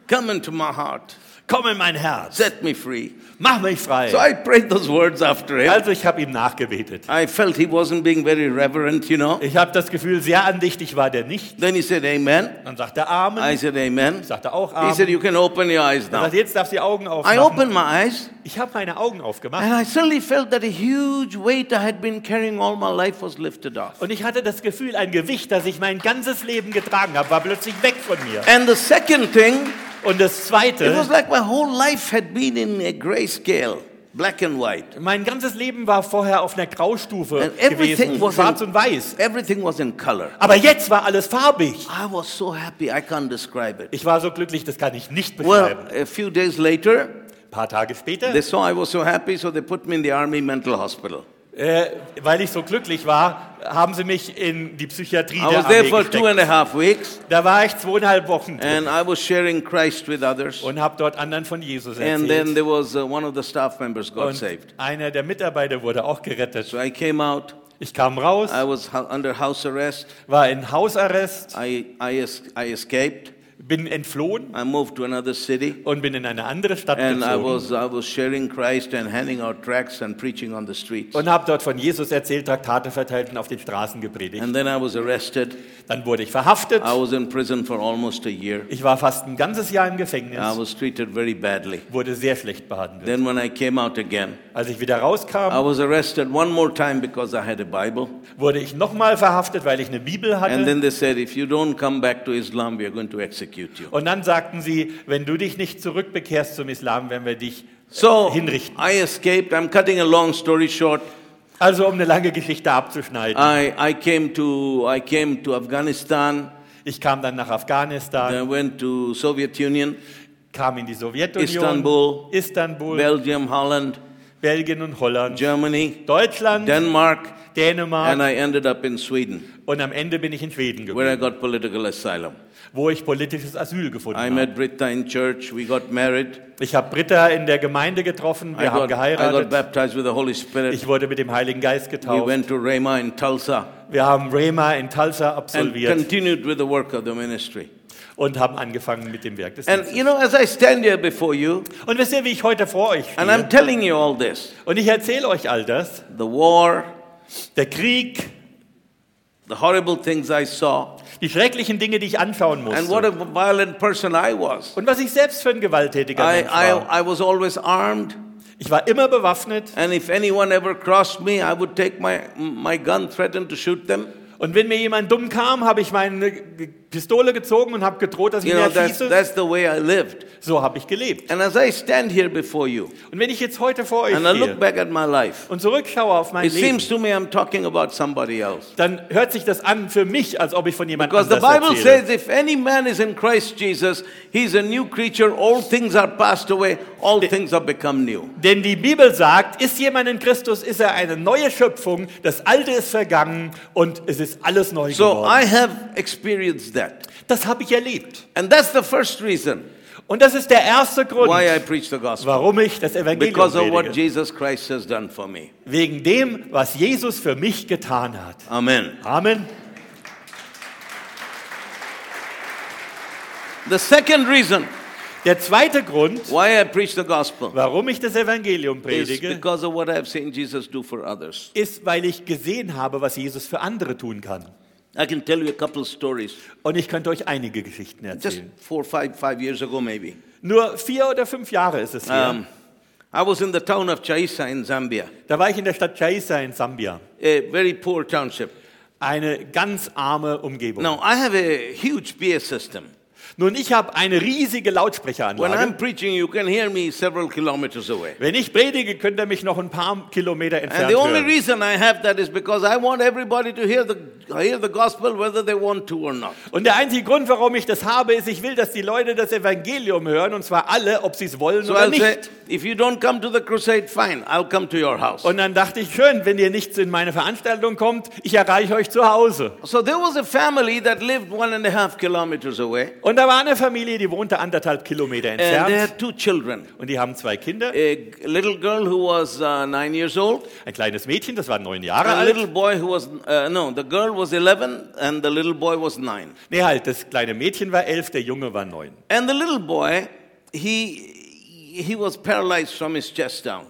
S1: come into my heart,
S2: komm in mein Herz,
S1: set me free.
S2: mach mich frei.
S1: So I prayed those words after him.
S2: Also ich habe ihm nachgebetet.
S1: I felt he wasn't being very reverent, you know.
S2: Ich habe das Gefühl, sehr andächtig war der nicht.
S1: Then he said, Amen.
S2: Dann sagt er Amen.
S1: I said, Amen.
S2: Ich sagte auch
S1: He
S2: Amen.
S1: said, You can open your eyes
S2: Er
S1: now.
S2: sagt, jetzt darfst du die Augen
S1: I
S2: aufmachen.
S1: opened my eyes
S2: Ich habe meine Augen aufgemacht.
S1: and I suddenly felt that a huge weight I had been carrying all my life was lifted off.
S2: Und ich hatte das Gefühl, ein Gewicht, das ich mein ganzes Leben getragen habe, war plötzlich weg von mir.
S1: And the second thing,
S2: Und das
S1: It was
S2: Zweite,
S1: like my whole life had been in a grayscale, black and white.
S2: mein ganzes Leben war vorher auf einer Graustufe
S1: And everything
S2: gewesen,
S1: was
S2: schwarz
S1: in-
S2: und weiß.
S1: Everything was in color.
S2: Aber jetzt war alles farbig.
S1: I was so happy, I can't describe it.
S2: Ich war so glücklich, das kann ich nicht
S1: Well,
S2: beschreiben.
S1: a few days later,
S2: Ein paar Tage später,
S1: they saw I was so happy, so they put me in the army mental hospital.
S2: äh, weil ich so glücklich war, haben sie mich in die Psychiatrie
S1: I
S2: der
S1: was there
S2: Armee
S1: for two
S2: gesteckt.
S1: and a half weeks,
S2: Da war ich zweieinhalb Wochen
S1: and
S2: drin
S1: I was sharing Christ with others.
S2: und habe dort anderen von Jesus
S1: And then
S2: erzählt.
S1: there was uh, one of the staff members got saved.
S2: Und einer der Mitarbeiter wurde auch gerettet.
S1: So I came out.
S2: Ich kam raus,
S1: I was ho- under house arrest.
S2: war in Hausarrest,
S1: I, I, es- I escaped.
S2: bin entflohen
S1: I moved to another city.
S2: und bin in eine andere Stadt
S1: And I
S2: gezogen
S1: was, I was sharing Christ and handing out tracts and preaching on the streets.
S2: und habe dort von Jesus erzählt, Traktate verteilt und auf den Straßen gepredigt.
S1: And then I was arrested.
S2: Dann wurde ich verhaftet.
S1: I was in prison for almost a year.
S2: Ich war fast ein ganzes Jahr im
S1: I
S2: Gefängnis,
S1: was treated very badly.
S2: wurde sehr schlecht behandelt.
S1: Then, when I came out again,
S2: Als ich wieder rauskam,
S1: I was arrested one more time because I had a Bible.
S2: wurde ich nochmal verhaftet, weil ich eine Bibel
S1: And
S2: hatte.
S1: then they said, if you don't come back to Islam, we are going to execute you.
S2: Und dann sagten sie, wenn du dich nicht zurückbekehrst zum Islam, werden wir dich
S1: So
S2: hinrichten.
S1: I escaped. I'm cutting a long story short.
S2: Also um eine lange Geschichte abzuschneiden.
S1: I, I, came, to, I came to Afghanistan.
S2: Ich kam dann nach
S1: Then
S2: Afghanistan,
S1: I went to Soviet Union,
S2: kam in die Sowjetunion,
S1: Istanbul,
S2: Istanbul,
S1: Belgium, Holland,
S2: Belgien und Holland,
S1: Germany,
S2: Deutschland,
S1: Denmark,
S2: Dänemark
S1: and I ended up in Sweden,
S2: und am Ende bin ich in Schweden gekommen,
S1: where I got political asylum.
S2: wo ich politisches Asyl gefunden
S1: I
S2: habe.
S1: met Britta in church. We got married.
S2: Ich habe Britta in der Gemeinde getroffen,
S1: I
S2: wir haben
S1: got, I got
S2: geheiratet,
S1: baptized with the Holy Spirit.
S2: ich wurde mit dem Heiligen Geist
S1: We
S2: getauft,
S1: went to Rhema in Tulsa
S2: wir haben Rema in Tulsa
S1: and
S2: absolviert.
S1: continued with the work of the ministry.
S2: und haben angefangen mit dem Werk des
S1: And
S2: Dienstes.
S1: you know, as I stand here before you,
S2: Und wisst ihr, wie ich heute vor euch
S1: and
S2: stehe?
S1: I'm telling you all this
S2: Und ich erzähle euch all das.
S1: the war,
S2: Der Krieg,
S1: the horrible things I saw,
S2: die schrecklichen Dinge, die ich anschauen
S1: and what a
S2: musste.
S1: violent person I was.
S2: Und was ich selbst für ein gewalttätiger
S1: I,
S2: Mensch
S1: I,
S2: war.
S1: I was always armed.
S2: Ich war immer bewaffnet
S1: And if anyone ever crossed me, I would take my, my gun, threaten to shoot them.
S2: und wenn mir jemand dumm kam, habe ich meine G- Pistole gezogen und habe gedroht, dass ich
S1: You
S2: ihn
S1: know, that's,
S2: erschieße.
S1: that's the way I lived.
S2: So habe ich gelebt.
S1: And as I stand here before you
S2: Und wenn ich jetzt heute vor euch
S1: and I look
S2: stehe
S1: back at my life,
S2: und zurückschaue auf mein
S1: it
S2: Leben,
S1: seems to me I'm talking about somebody else.
S2: dann hört sich das an für mich, als ob ich von jemand
S1: Because the
S2: anders
S1: Bible
S2: erzähle.
S1: says if any man is in Christ Jesus, he's a new creature. All things are passed away, all things have become new.
S2: Denn die Bibel sagt, ist jemand in Christus, ist er eine neue Schöpfung, das Alte ist vergangen und es ist alles neu
S1: So
S2: geworden.
S1: I have experienced that.
S2: Das habe ich erlebt.
S1: And that's the first reason
S2: Und das ist der erste Grund,
S1: why I preach the gospel.
S2: warum ich das Evangelium
S1: Because of what
S2: predige.
S1: Jesus Christ has done for me.
S2: Wegen dem, was Jesus für mich getan hat.
S1: Amen.
S2: Amen.
S1: The second reason
S2: Der zweite Grund,
S1: why I preach the gospel
S2: warum ich das Evangelium
S1: is
S2: predige,
S1: because of what I have seen Jesus do for others.
S2: ist, weil ich gesehen habe, was Jesus für andere tun kann.
S1: I can tell you a couple of stories.
S2: Und ich könnte euch einige Geschichten
S1: Just
S2: erzählen.
S1: four, five, five years ago, maybe.
S2: Nur vier oder fünf Jahre ist es her.
S1: Um, I was in the town of Chaisa in Zambia,
S2: Da war ich in der Stadt Chaisa in Sambia.
S1: a very poor township.
S2: Eine ganz arme Umgebung.
S1: Now, I have a huge PA system.
S2: Nun, ich habe eine riesige
S1: When I'm
S2: Lautsprecheranlage.
S1: preaching, you can hear me several kilometers away.
S2: Wenn ich predige, könnt ihr mich noch ein paar Kilometer
S1: And
S2: entfernt
S1: the only
S2: hören.
S1: reason I have that is because I want everybody to hear the, hear the gospel whether they want to or not.
S2: Und der einzige Grund, warum ich das habe, ist, ich will, dass die Leute das Evangelium hören, und zwar alle, ob sie es wollen
S1: So
S2: oder
S1: I'll say,
S2: nicht.
S1: if you don't come to the crusade, fine, I'll come to your house.
S2: Und dann dachte ich, schön, wenn ihr nicht in meine Veranstaltung kommt, ich erreiche euch zu Hause.
S1: So there was a family that lived one and a half kilometers away,
S2: Und da war eine Familie, die wohnte anderthalb Kilometer
S1: and they
S2: entfernt.
S1: had two children.
S2: Und die haben zwei Kinder,
S1: A g- little girl who was uh, nine years old,
S2: ein kleines Mädchen, das war neun Jahre
S1: a
S2: alt.
S1: Äh, little boy who was, uh, no, the girl was 11, and the little boy was nine.
S2: Nee, halt, das kleine Mädchen war elf, der Junge war neun.
S1: And the little boy, he, he was paralyzed from his chest down.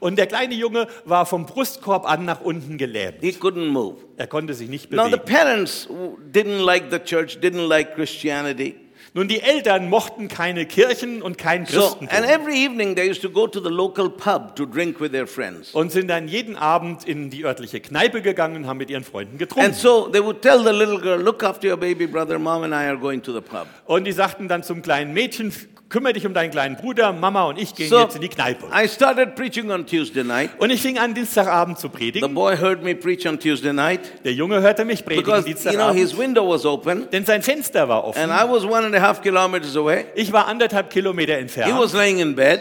S2: Und der kleine Junge war vom Brustkorb an nach unten gelähmt.
S1: He couldn't move.
S2: Er konnte sich nicht
S1: Now, the
S2: bewegen.
S1: parents w- didn't like the church, didn't like Christianity.
S2: Nun, die Eltern mochten keine Kirchen und kein
S1: ne- So, and
S2: Christentum
S1: every evening they used to go to the local pub to drink with their friends.
S2: und sind dann jeden Abend in die örtliche Kneipe gegangen und haben mit ihren Freunden
S1: And
S2: getrunken.
S1: so they would tell the little girl, look after your baby brother, mom and I are going to the pub.
S2: Und die sagten dann zum kleinen Mädchen, kümmere dich um deinen kleinen Bruder, Mama und ich gehen
S1: So
S2: jetzt in die Kneipe.
S1: I started preaching on Tuesday night.
S2: Und ich fing an, Dienstagabend zu
S1: The
S2: predigen.
S1: boy heard me preach on Tuesday night
S2: Der Junge hörte mich predigen
S1: because, you know,
S2: Dienstagabend,
S1: his window was open
S2: denn sein Fenster war
S1: and
S2: offen.
S1: I was one and a half kilometers away.
S2: Ich war anderthalb Kilometer
S1: He
S2: entfernt.
S1: was laying in bed.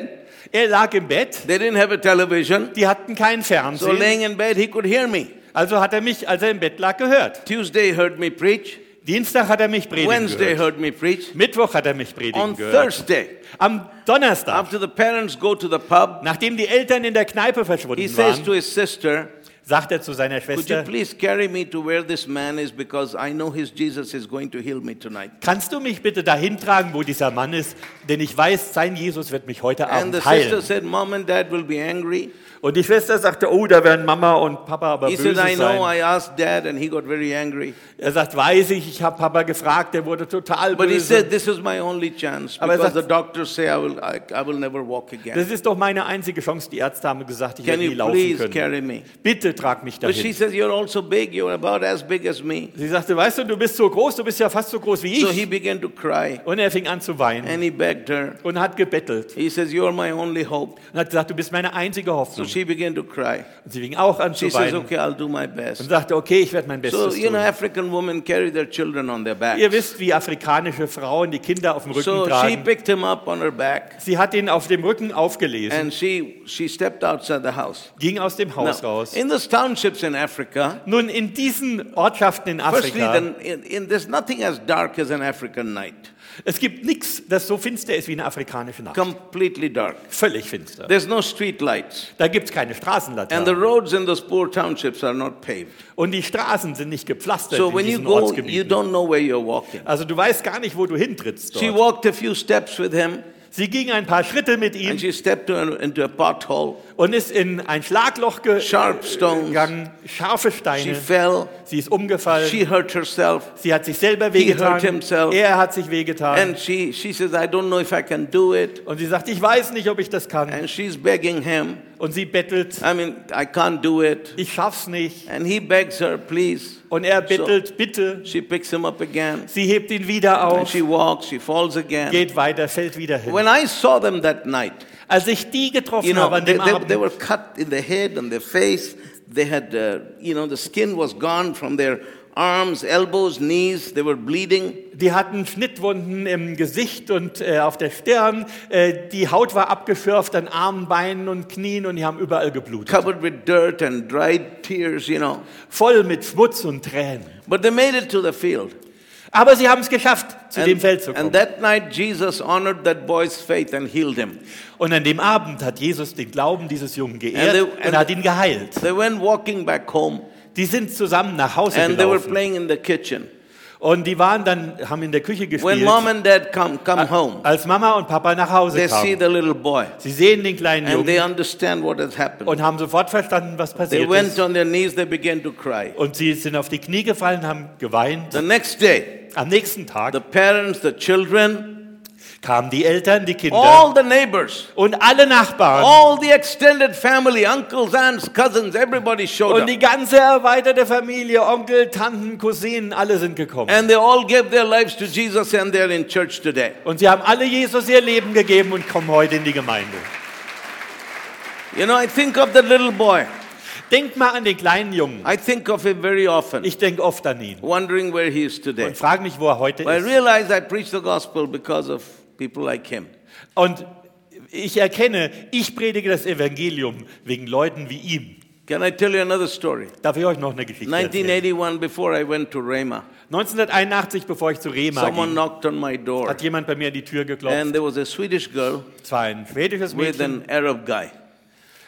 S2: Er lag im Bett,
S1: They didn't have a television.
S2: die hatten kein
S1: So
S2: Fernsehen.
S1: laying in bed, he could hear me.
S2: Also hat er mich, als er im Bett lag, gehört.
S1: Tuesday heard me preach.
S2: Dienstag hat er mich predigen
S1: Wednesday
S2: gehört.
S1: heard me preach.
S2: Mittwoch hat er mich
S1: On
S2: predigen gehört.
S1: Thursday,
S2: Am Donnerstag,
S1: after the parents go to the pub,
S2: nachdem die Eltern in der Kneipe
S1: he
S2: verschwunden
S1: says to
S2: waren,
S1: his sister,
S2: sagt er zu seiner
S1: Could you
S2: Schwester,
S1: please carry me to where this man is because I know his Jesus is going to heal me tonight.
S2: kannst du mich bitte dahin tragen, wo dieser Mann ist? Denn ich weiß, sein Jesus wird mich heute
S1: And the
S2: Abend
S1: sister
S2: heilen.
S1: said, Mom and Dad will be angry.
S2: Und die Schwester sagte, oh, da werden Mama und Papa aber
S1: He said,
S2: böse
S1: I know,
S2: sein.
S1: I asked Dad, and he got very angry.
S2: Er sagt, weiß ich, ich habe Papa gefragt, der wurde total
S1: But he said,
S2: böse.
S1: This is my only chance
S2: Aber er
S1: because
S2: sagt-
S1: the doctors say I will, I, I will never walk again.
S2: Das ist doch meine einzige Chance. Die Ärzte haben gesagt, ich
S1: Can
S2: werde nie
S1: you
S2: laufen
S1: please
S2: können.
S1: carry me?
S2: Bitte trag mich
S1: But
S2: dahin.
S1: she says, You're also big, you're about as big as me.
S2: Sie sagte, weißt du, du bist so groß, du bist ja fast so groß wie
S1: So
S2: ich.
S1: he Äh. began to cry
S2: Und er fing an zu weinen
S1: and he begged her.
S2: und hat gebettelt
S1: He says, You're my only hope.
S2: und hat gesagt, du bist meine einzige
S1: So
S2: Hoffnung.
S1: she began to cry.
S2: Und sie fing auch an
S1: She
S2: zu
S1: says,
S2: weinen
S1: Okay, I'll do my
S2: und
S1: best.
S2: sagte, okay, ich werde
S1: So,
S2: mein Bestes
S1: you know,
S2: tun.
S1: African women carry their children on their
S2: Ihr
S1: back.
S2: wisst, wie afrikanische Frauen die Kinder auf dem Rücken
S1: So she
S2: tragen.
S1: picked him up on her back
S2: Sie hat ihn auf dem Rücken aufgelesen,
S1: and she, she stepped outside the house.
S2: ging aus dem
S1: Now,
S2: Haus raus.
S1: in those townships in Africa,
S2: Nun, in diesen Ortschaften in
S1: firstly,
S2: Afrika,
S1: then, in, in, there's nothing as dark as an African night.
S2: es gibt nichts, das so finster ist wie eine afrikanische Nacht.
S1: Completely dark.
S2: Völlig finster.
S1: There's no street lights.
S2: Da gibt es keine
S1: And the
S2: Straßenlaternen.
S1: roads in those poor townships are not paved.
S2: Und die Straßen sind nicht gepflastert
S1: So
S2: in
S1: when you
S2: diesen
S1: go, you
S2: Ortsgebieten.
S1: don't know where you're walking.
S2: Also du weißt gar nicht, wo du hintrittst
S1: She
S2: dort.
S1: walked a few steps with him.
S2: Sie ging ein paar Schritte mit ihm
S1: and she stepped to an- into a pothole,
S2: und ist in ein Schlagloch ge
S1: sharp stones.
S2: gegangen, scharfe
S1: She
S2: Steine.
S1: fell.
S2: Sie ist umgefallen.
S1: She hurt herself.
S2: Sie hat sich selber
S1: hurt
S2: wehgetan.
S1: himself.
S2: Er hat sich wehgetan.
S1: And she, she says, I don't know if I can do it.
S2: Und sie sagt, ich weiß nicht, ob ich das kann.
S1: And she's begging him.
S2: Und sie bettelt,
S1: I mean, I can't do it.
S2: ich schaff's nicht.
S1: And he begs her, please.
S2: Und er bettelt, bitte.
S1: She picks him up again.
S2: Sie hebt ihn wieder
S1: And
S2: auf,
S1: she walks, she falls again.
S2: geht weiter, fällt wieder hin.
S1: When I saw them that night,
S2: Als ich die getroffen
S1: you know,
S2: habe an
S1: they,
S2: dem
S1: they,
S2: Abend,
S1: they were cut in the head and their face. They had, uh, you know, the skin was gone from their arms, elbows, knees. They were bleeding.
S2: die hatten Schnittwunden im Gesicht und äh, auf der Stirn. Äh, die Haut war abgeschürft an Armen, Beinen und Knien und die haben überall geblutet.
S1: covered with dirt and dried tears, you know.
S2: Voll mit Schmutz und Tränen.
S1: But they made it to the field.
S2: Aber sie haben es geschafft, zu dem
S1: And,
S2: Feld zu
S1: and
S2: kommen.
S1: that night, Jesus honored that boy's faith and healed him.
S2: Und an dem Abend hat Jesus den Glauben dieses Jungen
S1: And
S2: geehrt
S1: they- and-
S2: und hat ihn geheilt.
S1: They went walking back home,
S2: Die sind zusammen nach Hause
S1: and they were
S2: gelaufen.
S1: playing in the kitchen.
S2: Und die waren dann, haben in der Küche
S1: When
S2: gespielt.
S1: mom and dad come, come home,
S2: Als Mama und Papa nach Hause
S1: they see
S2: kamen.
S1: the little boy,
S2: Sie sehen den kleinen
S1: and
S2: Jungen
S1: they understand what has happened.
S2: und haben sofort verstanden, was
S1: They
S2: passiert ist.
S1: went on their knees, they began to cry.
S2: Und sie sind auf die Knie gefallen, haben geweint.
S1: The next day,
S2: Am nächsten Tag
S1: the parents, the children,
S2: kamen die Eltern, die Kinder
S1: all the neighbors,
S2: und alle Nachbarn
S1: all the extended family, uncles, aunts, cousins, everybody showed
S2: und
S1: up.
S2: die ganze erweiterte Familie, Onkel, Tanten, Cousinen, alle sind gekommen.
S1: And they all gave their lives to Jesus and they're in church today.
S2: Und sie haben alle Jesus ihr Leben gegeben und kommen heute in die Gemeinde.
S1: You know, I think of that little boy.
S2: Denk mal an den kleinen Jungen.
S1: I think of him very often,
S2: Ich denke oft an ihn
S1: wondering where he is today.
S2: und frage mich, wo er heute
S1: But I
S2: ist.
S1: realize I preach the gospel because of people like him.
S2: Und ich erkenne, ich predige das Evangelium wegen Leuten wie ihm.
S1: Can I tell you another story?
S2: Darf ich euch noch eine Geschichte erzählen?
S1: 1981, before I went to Rhema,
S2: 1981, bevor ich zu Rema
S1: someone
S2: ging,
S1: knocked on my door.
S2: hat jemand bei mir an die Tür geklopft.
S1: And there was a Swedish girl
S2: Es war ein schwedisches
S1: with
S2: Mädchen
S1: an Arab guy.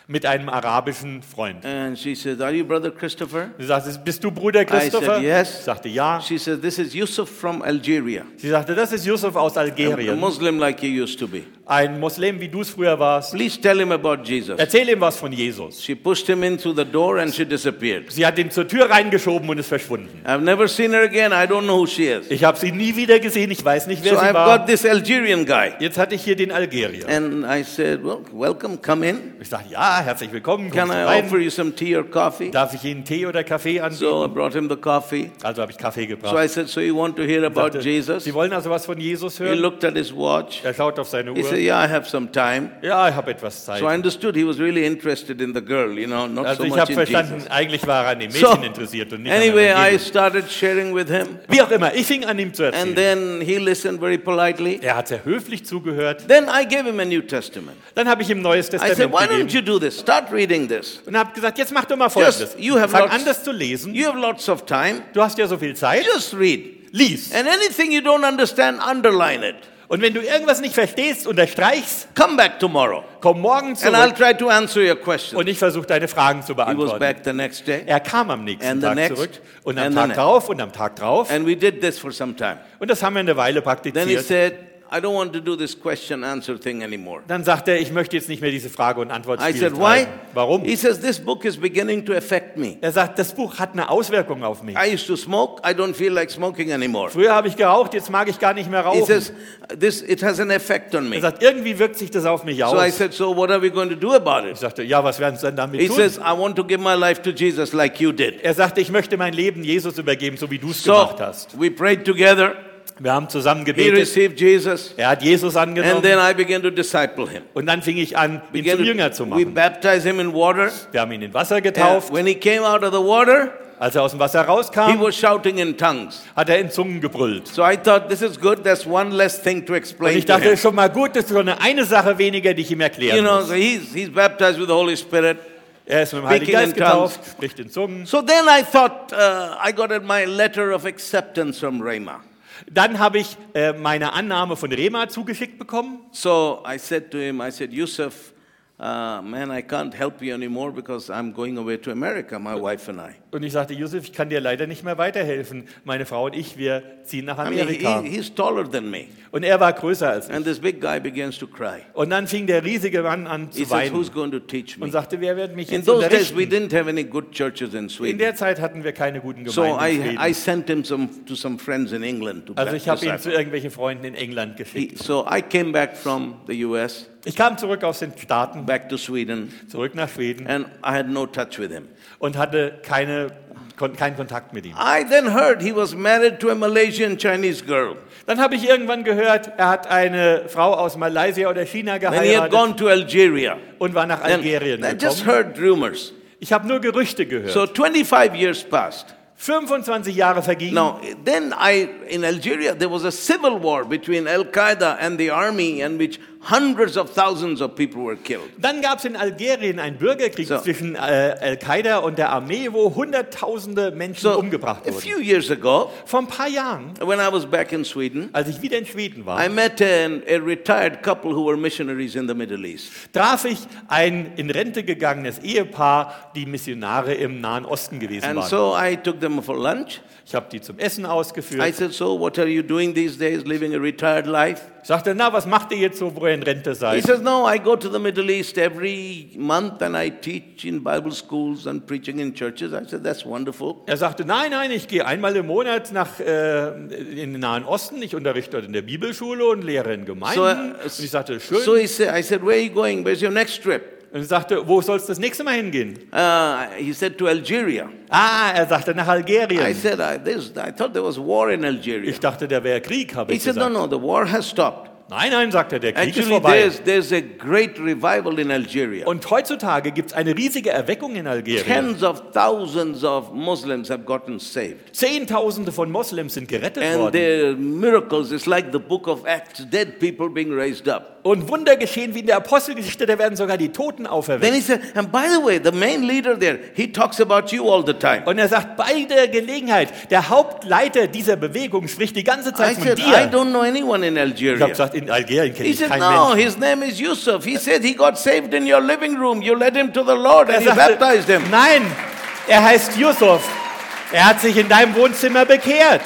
S2: mit einem arabischen Freund.
S1: And she said, Are you Brother Christopher?
S2: Sie sagte, bist du Bruder Christopher?
S1: said yes.
S2: Ich sagte, ja.
S1: She said, This is Yusuf from Algeria.
S2: Sie sagte, das ist Yusuf aus
S1: A
S2: Algerien,
S1: Muslim like you used to be.
S2: ein Muslim, wie du es früher warst.
S1: Please tell him about Jesus.
S2: Erzähl ihm was von Jesus.
S1: She pushed him in through the door and she disappeared.
S2: Sie hat ihn zur Tür reingeschoben und ist verschwunden.
S1: I've never seen her again. I don't know who she is.
S2: Ich habe sie nie wieder gesehen, ich weiß nicht, wer
S1: So
S2: sie
S1: I've got
S2: war.
S1: this Algerian guy.
S2: Jetzt hatte ich hier den Algerier.
S1: And I said, Well, welcome, come in.
S2: Ich sagte, ja, herzlich willkommen,
S1: Can
S2: kommst du
S1: I offer
S2: rein.
S1: you some tea or coffee?
S2: Darf ich Ihnen Tee oder Kaffee anbieten?
S1: So I brought him the coffee.
S2: Also habe ich Kaffee
S1: So
S2: gebracht.
S1: I said, So you want to hear about
S2: Sagte,
S1: Jesus?
S2: Sie wollen also was von Jesus
S1: He
S2: hören?
S1: looked at his watch.
S2: Er schaut auf seine
S1: He said,
S2: Uhr.
S1: Yeah, I have some time.
S2: Ja, ich habe etwas Zeit.
S1: So I understood he was really interested in the girl, you know, not so
S2: Also ich
S1: much
S2: habe
S1: in
S2: verstanden,
S1: Jesus.
S2: eigentlich war er an den
S1: So,
S2: Mädchen interessiert und nicht
S1: Anyway,
S2: an
S1: I
S2: dem
S1: started sharing with him.
S2: Wie auch immer, ich fing an ihm zu
S1: And
S2: erzählen.
S1: then he listened very politely.
S2: Er hat sehr höflich zugehört.
S1: Then I gave him a New Testament.
S2: Dann habe ich ihm Neues
S1: I said,
S2: Testament
S1: why don't
S2: gegeben
S1: you do this? Start reading this.
S2: und habe gesagt, jetzt mach doch mal Folgendes.
S1: Just- you have
S2: Fang
S1: lots-
S2: an, das zu lesen.
S1: You have lots of time.
S2: Du hast ja so viel Zeit.
S1: Just read.
S2: Lies.
S1: And anything you don't understand, underline it.
S2: Und wenn du irgendwas nicht verstehst, unterstreichst,
S1: Come back tomorrow.
S2: komm morgen
S1: And I'll
S2: zurück
S1: try to answer your question.
S2: und ich versuche deine Fragen zu
S1: He was
S2: beantworten.
S1: back the next day.
S2: Er kam am nächsten
S1: And the
S2: Tag
S1: next.
S2: zurück und am
S1: And the
S2: Tag
S1: next.
S2: drauf und am Tag drauf.
S1: And we did this for some time.
S2: Und das haben wir eine Weile
S1: Then he
S2: praktiziert.
S1: said, I don't want to do this question answer thing anymore.
S2: Dann sagt er, ich möchte jetzt nicht mehr diese Frage und Antwort
S1: I said, why?
S2: treiben. Warum?
S1: He says, this book is beginning to affect me.
S2: Er sagt, das Buch hat eine Auswirkung auf mich.
S1: I used to smoke. I don't feel like smoking anymore.
S2: Früher habe ich geraucht, jetzt mag ich gar nicht mehr
S1: He
S2: rauchen.
S1: says, this, it has an effect on
S2: Er
S1: me.
S2: sagt, irgendwie wirkt sich das auf mich
S1: So I
S2: aus.
S1: said, so what are we going to do about
S2: Ich
S1: it?
S2: sagte, ja, was werden Sie denn damit
S1: He
S2: tun?
S1: says, I want to give my life to Jesus like you did.
S2: Er sagte, ich möchte mein Leben Jesus übergeben, so wie du es gemacht
S1: So
S2: hast.
S1: we prayed together.
S2: Wir haben zusammen
S1: He
S2: gebetet.
S1: received Jesus.
S2: Er hat Jesus
S1: And
S2: angenommen
S1: then I began to disciple him.
S2: und dann fing ich an, ihn
S1: Began
S2: zum
S1: to-
S2: Jünger zu
S1: we
S2: machen.
S1: baptized him in water.
S2: Wir haben ihn in Wasser
S1: And
S2: getauft.
S1: when he came out of the water,
S2: Als er aus dem Wasser
S1: he
S2: rauskam,
S1: was shouting in tongues.
S2: hat er in Zungen gebrüllt.
S1: So I thought, this is good. That's one less thing to
S2: Und
S1: explain
S2: ich
S1: to
S2: dachte,
S1: him.
S2: ist schon mal gut, das ist schon eine Sache weniger, die ich ihm
S1: You
S2: erklären
S1: know,
S2: muss.
S1: so he's, he's baptized with the Holy Spirit.
S2: Er ist mit dem Heiligen
S1: speaking
S2: Geist
S1: in tongues.
S2: getauft, spricht in Zungen.
S1: So then I thought, uh, I got my letter of acceptance from Rhema.
S2: Dann habe ich äh, meine Annahme von Rema zugeschickt bekommen.
S1: So I said to him, I said, Yusuf, uh, man, I can't help you anymore because I'm going away to America, my wife and I.
S2: Und ich sagte, Josef, ich kann dir leider nicht mehr weiterhelfen. Meine Frau und ich, wir ziehen nach
S1: I mean, he,
S2: Amerika.
S1: he- he's taller than me.
S2: Und er war größer als ich.
S1: And this big guy begins to cry.
S2: Und dann fing der riesige Mann an
S1: He
S2: zu
S1: says,
S2: weinen
S1: Who's going to teach
S2: und
S1: me?
S2: sagte, wer wird mich
S1: In
S2: jetzt
S1: those days, we
S2: unterrichten?
S1: didn't have any good churches in
S2: In
S1: Sweden.
S2: der Zeit hatten wir keine guten
S1: So
S2: Gemeinden. in
S1: I,
S2: Schweden.
S1: I sent him some, to some friends in England to
S2: also ich habe ihn
S1: baptize
S2: zu
S1: him.
S2: irgendwelchen Freunden in England geschickt.
S1: He- So I came back from the US,
S2: Ich kam zurück aus den Staaten,
S1: back to Sweden,
S2: zurück nach Schweden
S1: and I had no touch with him.
S2: und hatte keine, kon, keinen Kontakt mit ihm.
S1: I then heard he was married to a Malaysian Chinese girl.
S2: Dann habe ich irgendwann gehört, er hat eine Frau aus Malaysia oder China
S1: Then he had
S2: geheiratet
S1: gone to Algeria.
S2: und war nach
S1: And
S2: Algerien
S1: I just
S2: gekommen.
S1: heard rumors.
S2: Ich habe nur Gerüchte gehört.
S1: So 25 years passed.
S2: 25 Jahre vergingen.
S1: Now, then I, in Algeria, there was a civil war between Al Qaeda and the army, in which hundreds of thousands of people were killed.
S2: Dann gab es in Algerien einen Bürgerkrieg
S1: So.
S2: zwischen äh, Al-Qaida und der Armee, wo Hunderttausende Menschen
S1: So,
S2: umgebracht
S1: a
S2: wurden.
S1: few years ago,
S2: Vor ein paar Jahren,
S1: when I was back in Sweden,
S2: als ich wieder in Schweden war,
S1: I met an, a retired couple who were missionaries in the Middle East.
S2: traf ich ein in Rente gegangenes Ehepaar, die Missionare im Nahen Osten gewesen
S1: And
S2: waren.
S1: so I took them for lunch.
S2: ich habe die zum Essen
S1: I
S2: ausgeführt.
S1: said, So, what are you doing these days, living a retired life?
S2: Sagte, na, was macht ihr jetzt so, wo ihr in Rente
S1: He
S2: seid?
S1: says, No, I go to the Middle East every month and I teach in Bible schools and preaching in churches. I said, That's wonderful.
S2: Er sagte, nein, nein, ich gehe einmal im Monat nach, äh, in den Nahen Osten, ich unterrichte dort in der Bibelschule und lehre in Gemeinden.
S1: So, äh,
S2: und ich sagte, schön.
S1: So he said, I said, Where are you going? Where's your next trip?
S2: und er sagte, wo sollst du das nächste Mal hingehen?
S1: Uh, he said, To Algeria.
S2: Ah, er sagte, nach
S1: I
S2: Algerien.
S1: said, I, this, I thought there was war in Algeria.
S2: Ich dachte, da wäre Krieg, habe
S1: He
S2: ich
S1: said, No,
S2: gesagt.
S1: no, the war has stopped.
S2: Nein, nein, sagte er, der Krieg ist
S1: Actually,
S2: vorbei.
S1: there's, there's a great revival in Algeria.
S2: Und heutzutage gibt es eine riesige Erweckung in Algerien.
S1: Tens of thousands of Muslims have gotten saved.
S2: Zehntausende von Moslems sind gerettet
S1: And
S2: worden.
S1: their miracles, it's like the book of Acts, dead people being raised up.
S2: Und Wunder geschehen wie in der Apostelgeschichte, da werden sogar die Toten
S1: Then
S2: auferweckt.
S1: he said, and by the way, the main leader there, he talks about you all the time.
S2: Und er sagt, bei der Gelegenheit, der Hauptleiter dieser Bewegung spricht die ganze
S1: I
S2: Zeit von
S1: said, I
S2: dir.
S1: don't know anyone in
S2: Ich habe
S1: Algeria.
S2: gesagt, in Algerien kenne
S1: He
S2: ich
S1: said,
S2: keinen
S1: no,
S2: Menschen.
S1: his name is Yusuf. He said he got saved in your living room. You led him to the Lord
S2: Er
S1: and you baptized
S2: sagte,
S1: him.
S2: nein, er heißt Yusuf. Er hat sich in deinem Wohnzimmer bekehrt.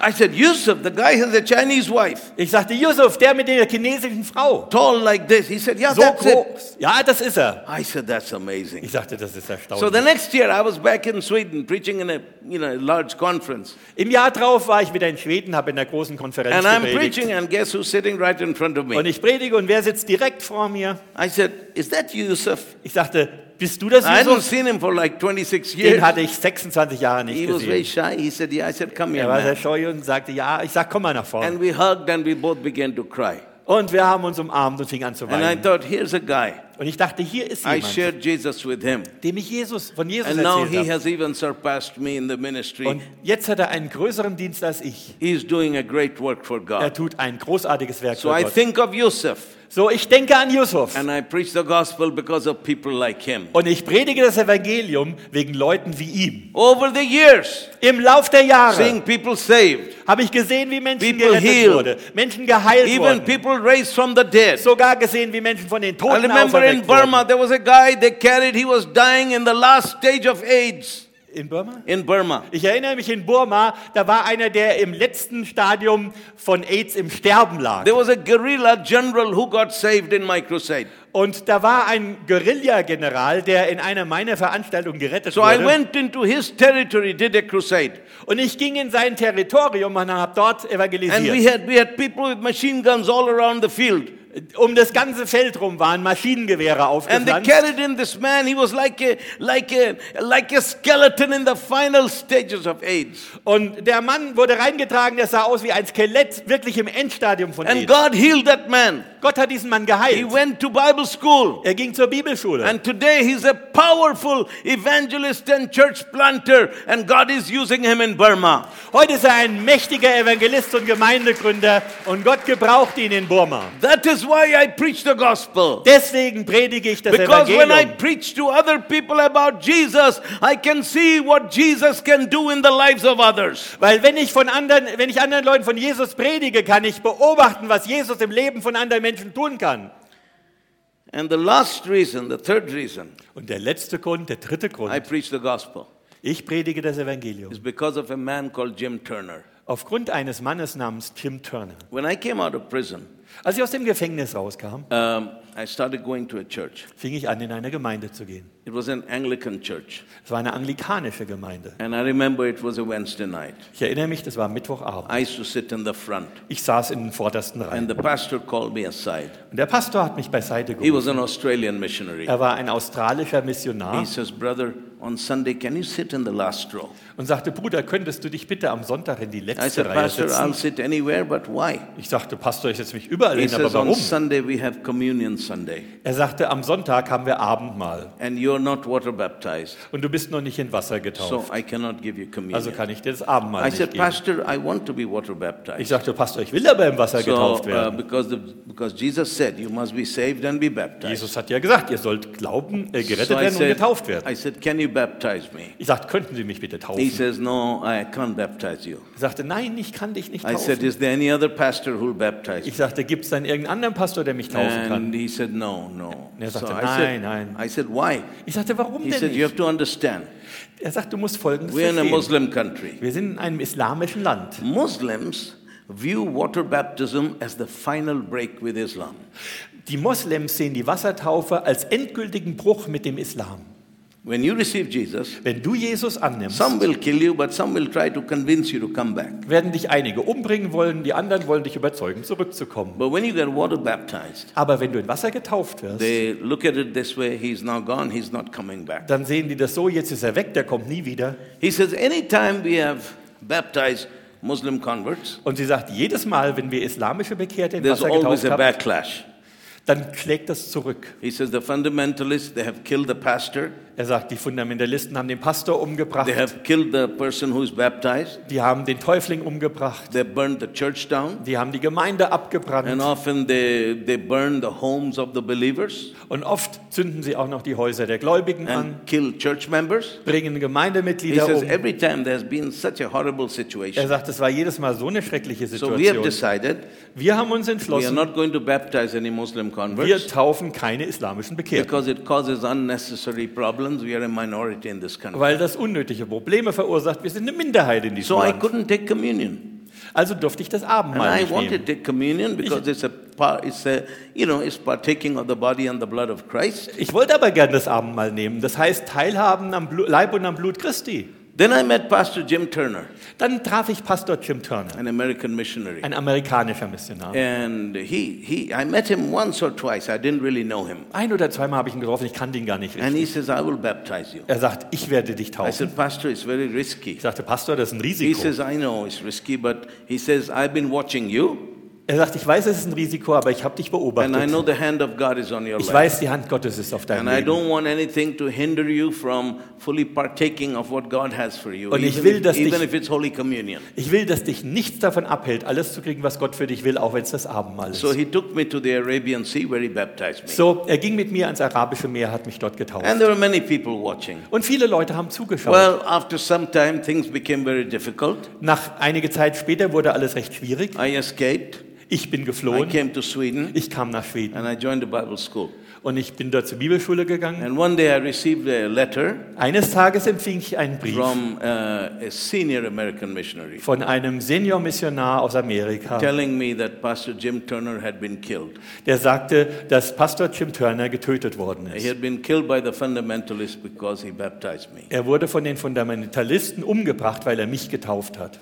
S1: I said, Yusuf, the guy has a Chinese wife,
S2: Ich sagte, Yusuf, der mit der chinesischen Frau.
S1: tall like this. He said, yeah,
S2: So
S1: that's it.
S2: groß. Ja, das ist er.
S1: I said, that's amazing.
S2: Ich sagte, das ist
S1: So the
S2: erstaunlich.
S1: next year, I was back in Sweden preaching in a you know a large conference,
S2: Im Jahr drauf war ich wieder in Schweden, habe in der großen Konferenz
S1: and I'm
S2: gepredigt.
S1: preaching, and guess who's sitting right in front of
S2: Und
S1: me?
S2: ich predige und wer sitzt direkt vor mir?
S1: I said, is that Yusuf?
S2: Ich sagte, bist du das
S1: I hadn't
S2: Yusuf?
S1: seen him for like 26
S2: Den
S1: years.
S2: hatte ich 26 Jahre
S1: He
S2: nicht
S1: was very
S2: gesehen.
S1: shy. He said, Yeah, I said, Come here.
S2: Er war
S1: Man.
S2: sehr scheu und sagte, ja, ich sag, komm mal nach vorne.
S1: And we hugged and we both began to cry.
S2: Und wir haben uns umarmt und fingen an zu
S1: And I
S2: weinen.
S1: thought, Here's a guy.
S2: Und ich dachte, hier ist
S1: I
S2: jemand,
S1: shared Jesus with him.
S2: dem ich Jesus, von Jesus
S1: And now he
S2: erzählt habe.
S1: has even surpassed me in the ministry.
S2: Und jetzt hat er einen größeren Dienst als ich.
S1: He's doing a great work for
S2: Er
S1: God.
S2: tut ein großartiges Werk
S1: So
S2: für
S1: I
S2: Gott.
S1: think of Yusuf
S2: So, ich denke an Yusuf.
S1: and I preach the gospel because of people like him.
S2: Und ich predige das Evangelium wegen Leuten wie ihm.
S1: Over the years,
S2: Im Lauf der Jahre
S1: seeing people saved,
S2: habe ich gesehen, wie Menschen
S1: People
S2: gerettet
S1: healed.
S2: wurden, Menschen geheilt
S1: even
S2: wurden.
S1: people raised from the dead.
S2: sogar gesehen, wie Menschen von den
S1: I
S2: Toten
S1: remember in
S2: auferweckt
S1: Burma,
S2: wurden.
S1: there was a guy they carried, he was dying in the last stage of AIDS
S2: In Burma?
S1: in Burma.
S2: Ich erinnere mich in Burma, da war einer, der im letzten Stadium von AIDS im Sterben lag.
S1: There was a guerrilla general who got saved in my crusade.
S2: Und da war ein Guerilla-General, der in einer meiner Veranstaltungen gerettet
S1: So I
S2: wurde.
S1: went into his territory, did a crusade.
S2: Und ich ging in sein Territorium und habe dort
S1: And we
S2: evangelisiert.
S1: had, we had people with machine guns all around the field.
S2: Um das ganze Feld rum waren Maschinengewehre
S1: And they
S2: aufgepflanzt.
S1: carried in this man. He was like a, like, a, like a skeleton in the final stages of AIDS.
S2: Und der Mann wurde reingetragen, der sah aus wie ein Skelett, wirklich im Endstadium von
S1: And
S2: AIDS.
S1: God healed that man.
S2: Gott hat diesen Mann
S1: He
S2: geheilt.
S1: went to Bible school.
S2: Er ging zur Bibelschule.
S1: And today he's a powerful evangelist and church planter. And God is using him in Burma.
S2: Heute ist er ein mächtiger Evangelist und Gemeindegründer und Gott gebraucht ihn in Burma.
S1: That is why I preach the gospel.
S2: Deswegen predige ich das
S1: Because when I
S2: Evangelium.
S1: preach to other people about Jesus, I can see what Jesus can do in the lives of others.
S2: Weil wenn ich von anderen, wenn ich anderen Leuten von Jesus predige, kann ich beobachten, was Jesus im Leben von anderen Menschen tun kann.
S1: And the last reason, the third reason,
S2: Und der letzte Grund, der dritte
S1: I
S2: Grund,
S1: preach the gospel.
S2: Ich predige das Evangelium.
S1: is because of a man called Jim Turner.
S2: Aufgrund eines Mannes namens Jim Turner.
S1: When I came out of prison,
S2: Als ich aus dem Gefängnis rauskam,
S1: um, I started going to a church.
S2: fing ich an, in eine Gemeinde zu gehen.
S1: It was an Anglican church.
S2: Es war eine anglikanische Gemeinde.
S1: And I remember it was a Wednesday night.
S2: Ich erinnere mich, das war Mittwochabend.
S1: I used to sit in the front.
S2: Ich saß in den vordersten Reihen.
S1: And the pastor called me aside.
S2: Und der Pastor hat mich beiseite
S1: He
S2: gerufen.
S1: was an Australian missionary.
S2: Er war ein australischer
S1: He
S2: Missionar
S1: says, Brother, on Sunday, can you sit in the last row?
S2: und sagte, Bruder, könntest du dich bitte am Sonntag in die
S1: I
S2: letzte
S1: said,
S2: Reihe
S1: Pastor, I'll
S2: setzen?
S1: sit anywhere, but why?
S2: Ich sagte, Pastor, ich setze mich überall
S1: He
S2: hin, aber
S1: says, On
S2: warum?
S1: Sunday, we have communion Sunday,
S2: Er sagte, am Sonntag haben wir Abendmahl
S1: and you're not water baptized,
S2: und du bist noch nicht in Wasser getauft.
S1: so I cannot give you
S2: Also
S1: communion.
S2: kann ich dir das Abendmahl
S1: I
S2: nicht
S1: said,
S2: geben.
S1: Pastor, I want to be water
S2: Ich
S1: baptized.
S2: sagte, Pastor, ich will aber im Wasser
S1: So,
S2: getauft
S1: uh,
S2: werden.
S1: because, the, because Jesus said, You must be saved and be baptized.
S2: Jesus hat ja gesagt, ihr sollt glauben, äh,
S1: ähm, So
S2: gerettet
S1: I
S2: werden und
S1: said,
S2: getauft werden.
S1: I said, Can you baptize me?
S2: Ich sagte, könnten Sie mich bitte taufen?
S1: He
S2: Er
S1: says, No, I can't baptize you.
S2: sagte, nein, ich kann dich nicht
S1: I said,
S2: taufen.
S1: Is there any other pastor who'll baptize you?
S2: Ich sagte, gibt es dann irgendeinen anderen Pastor, der mich taufen kann?
S1: And he said, No, no.
S2: er sagte,
S1: I said,
S2: "Nein, nein."
S1: I said, Why?
S2: Ich sagte, warum
S1: He
S2: denn
S1: said, You
S2: nicht?
S1: have to understand,
S2: Er sagt, du musst Folgendes
S1: we're in a
S2: verstehen.
S1: Muslim country.
S2: Wir sind in einem islamischen Land.
S1: Muslims view water baptism as the final break with Islam.
S2: Die Moslems sehen die Wassertaufe als endgültigen Bruch mit dem Islam.
S1: When you receive Jesus,
S2: Wenn du Jesus annimmst,
S1: some will kill you, but some will try to convince you to come back.
S2: werden dich einige umbringen wollen, die anderen wollen dich überzeugen, zurückzukommen.
S1: But when you get water baptized,
S2: Aber wenn du in Wasser getauft wirst,
S1: they look at it this way He's now gone, he's not coming back.
S2: dann sehen die das so, jetzt ist er weg, der kommt nie wieder.
S1: He says, Anytime we have baptized Muslim converts,
S2: Und sie sagt, jedes Mal, wenn wir islamische Bekehrte in
S1: there's
S2: Wasser
S1: always
S2: getauft
S1: a
S2: haben,
S1: backlash.
S2: dann schlägt das zurück.
S1: He says the fundamentalists, they have killed the pastor,
S2: Er sagt, die Fundamentalisten haben den Pastor
S1: they
S2: umgebracht,
S1: have killed the person who's baptized,
S2: die haben den Täufling umgebracht,
S1: they burned the church down,
S2: die haben die Gemeinde abgebrannt.
S1: and often they, they burn the homes of the believers
S2: Und oft zünden sie auch noch die Häuser der Gläubigen an,
S1: and kill church members.
S2: bringen
S1: He
S2: Gemeindemitglieder
S1: says
S2: um.
S1: every time there's been such a horrible
S2: Er
S1: situation.
S2: sagt, es war jedes Mal so eine schreckliche
S1: So we have
S2: Situation.
S1: decided
S2: Wir haben uns
S1: we are
S2: entschlossen,
S1: not going to baptize any Muslim
S2: wir
S1: converts
S2: taufen keine islamischen Bekehrten,
S1: because it causes unnecessary problems. We are a minority in this country.
S2: weil das unnötige Probleme verursacht. Wir sind eine Minderheit in diesem
S1: So I
S2: Land.
S1: couldn't take communion.
S2: Also durfte ich das
S1: And I
S2: Abendmahl nicht
S1: want to
S2: nehmen.
S1: take communion because it's a, par- it's a, you know, it's partaking of the body and the blood of Christ.
S2: Ich wollte aber gern das Abendmahl nehmen. Das heißt, teilhaben am Blu Leib und am Blut Christi.
S1: Then I met Pastor Jim Turner,
S2: Dann traf ich Pastor Jim Turner,
S1: an American missionary.
S2: ein amerikanischer Missionar.
S1: And he, he, I met him once or twice. I didn't really know him.
S2: Ein oder zweimal habe ich ihn getroffen, ich kannte ihn gar nicht
S1: And
S2: richtig.
S1: he says, I will baptize you.
S2: Er sagt, ich werde dich
S1: I
S2: taufen.
S1: said, Pastor, it's very
S2: Ich
S1: risky.
S2: sagte, Pastor, das ist ein
S1: He
S2: Risiko.
S1: says, I know it's risky, but he says, I've been watching you,
S2: Er sagt, ich weiß, es ist ein Risiko, aber ich habe dich
S1: and I know
S2: beobachtet.
S1: the hand of God is on your
S2: Ich
S1: life.
S2: weiß, die Hand Gottes ist auf
S1: And
S2: deinem
S1: I
S2: Leben.
S1: don't want anything to hinder you from fully partaking of what God has for you,
S2: Und ich
S1: even,
S2: will,
S1: if,
S2: dass dich-
S1: even if it's Holy Communion.
S2: Ich will, dass dich nichts davon abhält, alles zu kriegen, was Gott für dich will, auch wenn es das Abendmahl
S1: So
S2: ist.
S1: he took me to the Arabian Sea where he baptized me.
S2: So, er ging mit mir ans Arabische Meer, hat mich dort
S1: And
S2: getauft.
S1: there were many people watching.
S2: Und viele Leute haben zugeschaut.
S1: Well, after some time, things became very difficult.
S2: Nach einige Zeit später wurde alles recht schwierig.
S1: I escaped.
S2: Ich bin
S1: I
S2: geflohen.
S1: came to Sweden
S2: Ich kam nach Schweden
S1: and I joined a Bible school.
S2: und ich bin dort zur Bibelschule gegangen.
S1: And one day I received a letter
S2: Eines Tages empfing ich einen Brief
S1: from uh, a senior American missionary
S2: von einem Senior-Missionar aus Amerika,
S1: telling me that Pastor Jim Turner had been killed.
S2: der sagte, dass Pastor Jim Turner getötet worden
S1: He
S2: ist.
S1: had been killed by the fundamentalists because he baptized me.
S2: Er wurde von den Fundamentalisten umgebracht, weil er mich getauft hat.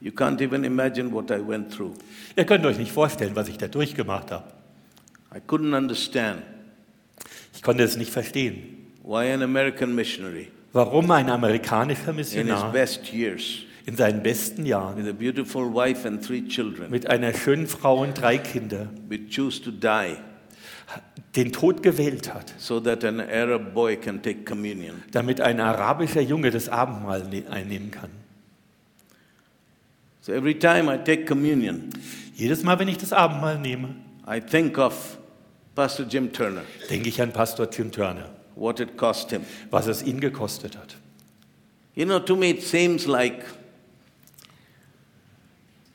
S1: You can't even imagine what I went through.
S2: Ihr könnt euch nicht vorstellen, was ich da durchgemacht habe.
S1: I couldn't understand
S2: Ich konnte es nicht verstehen.
S1: why an American missionary,
S2: Warum ein amerikanischer
S1: in his
S2: Missionar
S1: best years,
S2: in seinen besten Jahren
S1: with a beautiful wife and three children,
S2: mit einer schönen Frau und drei Kindern
S1: would choose to die
S2: den Tod gewählt hat,
S1: so that an Arab boy can take communion.
S2: damit ein arabischer Junge das Abendmahl ne- einnehmen kann.
S1: So every time I take communion,
S2: Jedes Mal, wenn ich das Abendmahl nehme,
S1: I think of Pastor Jim Turner,
S2: denke ich an Pastor Tim Turner,
S1: what it cost him.
S2: was es ihn gekostet hat.
S1: You know, to me, it seems like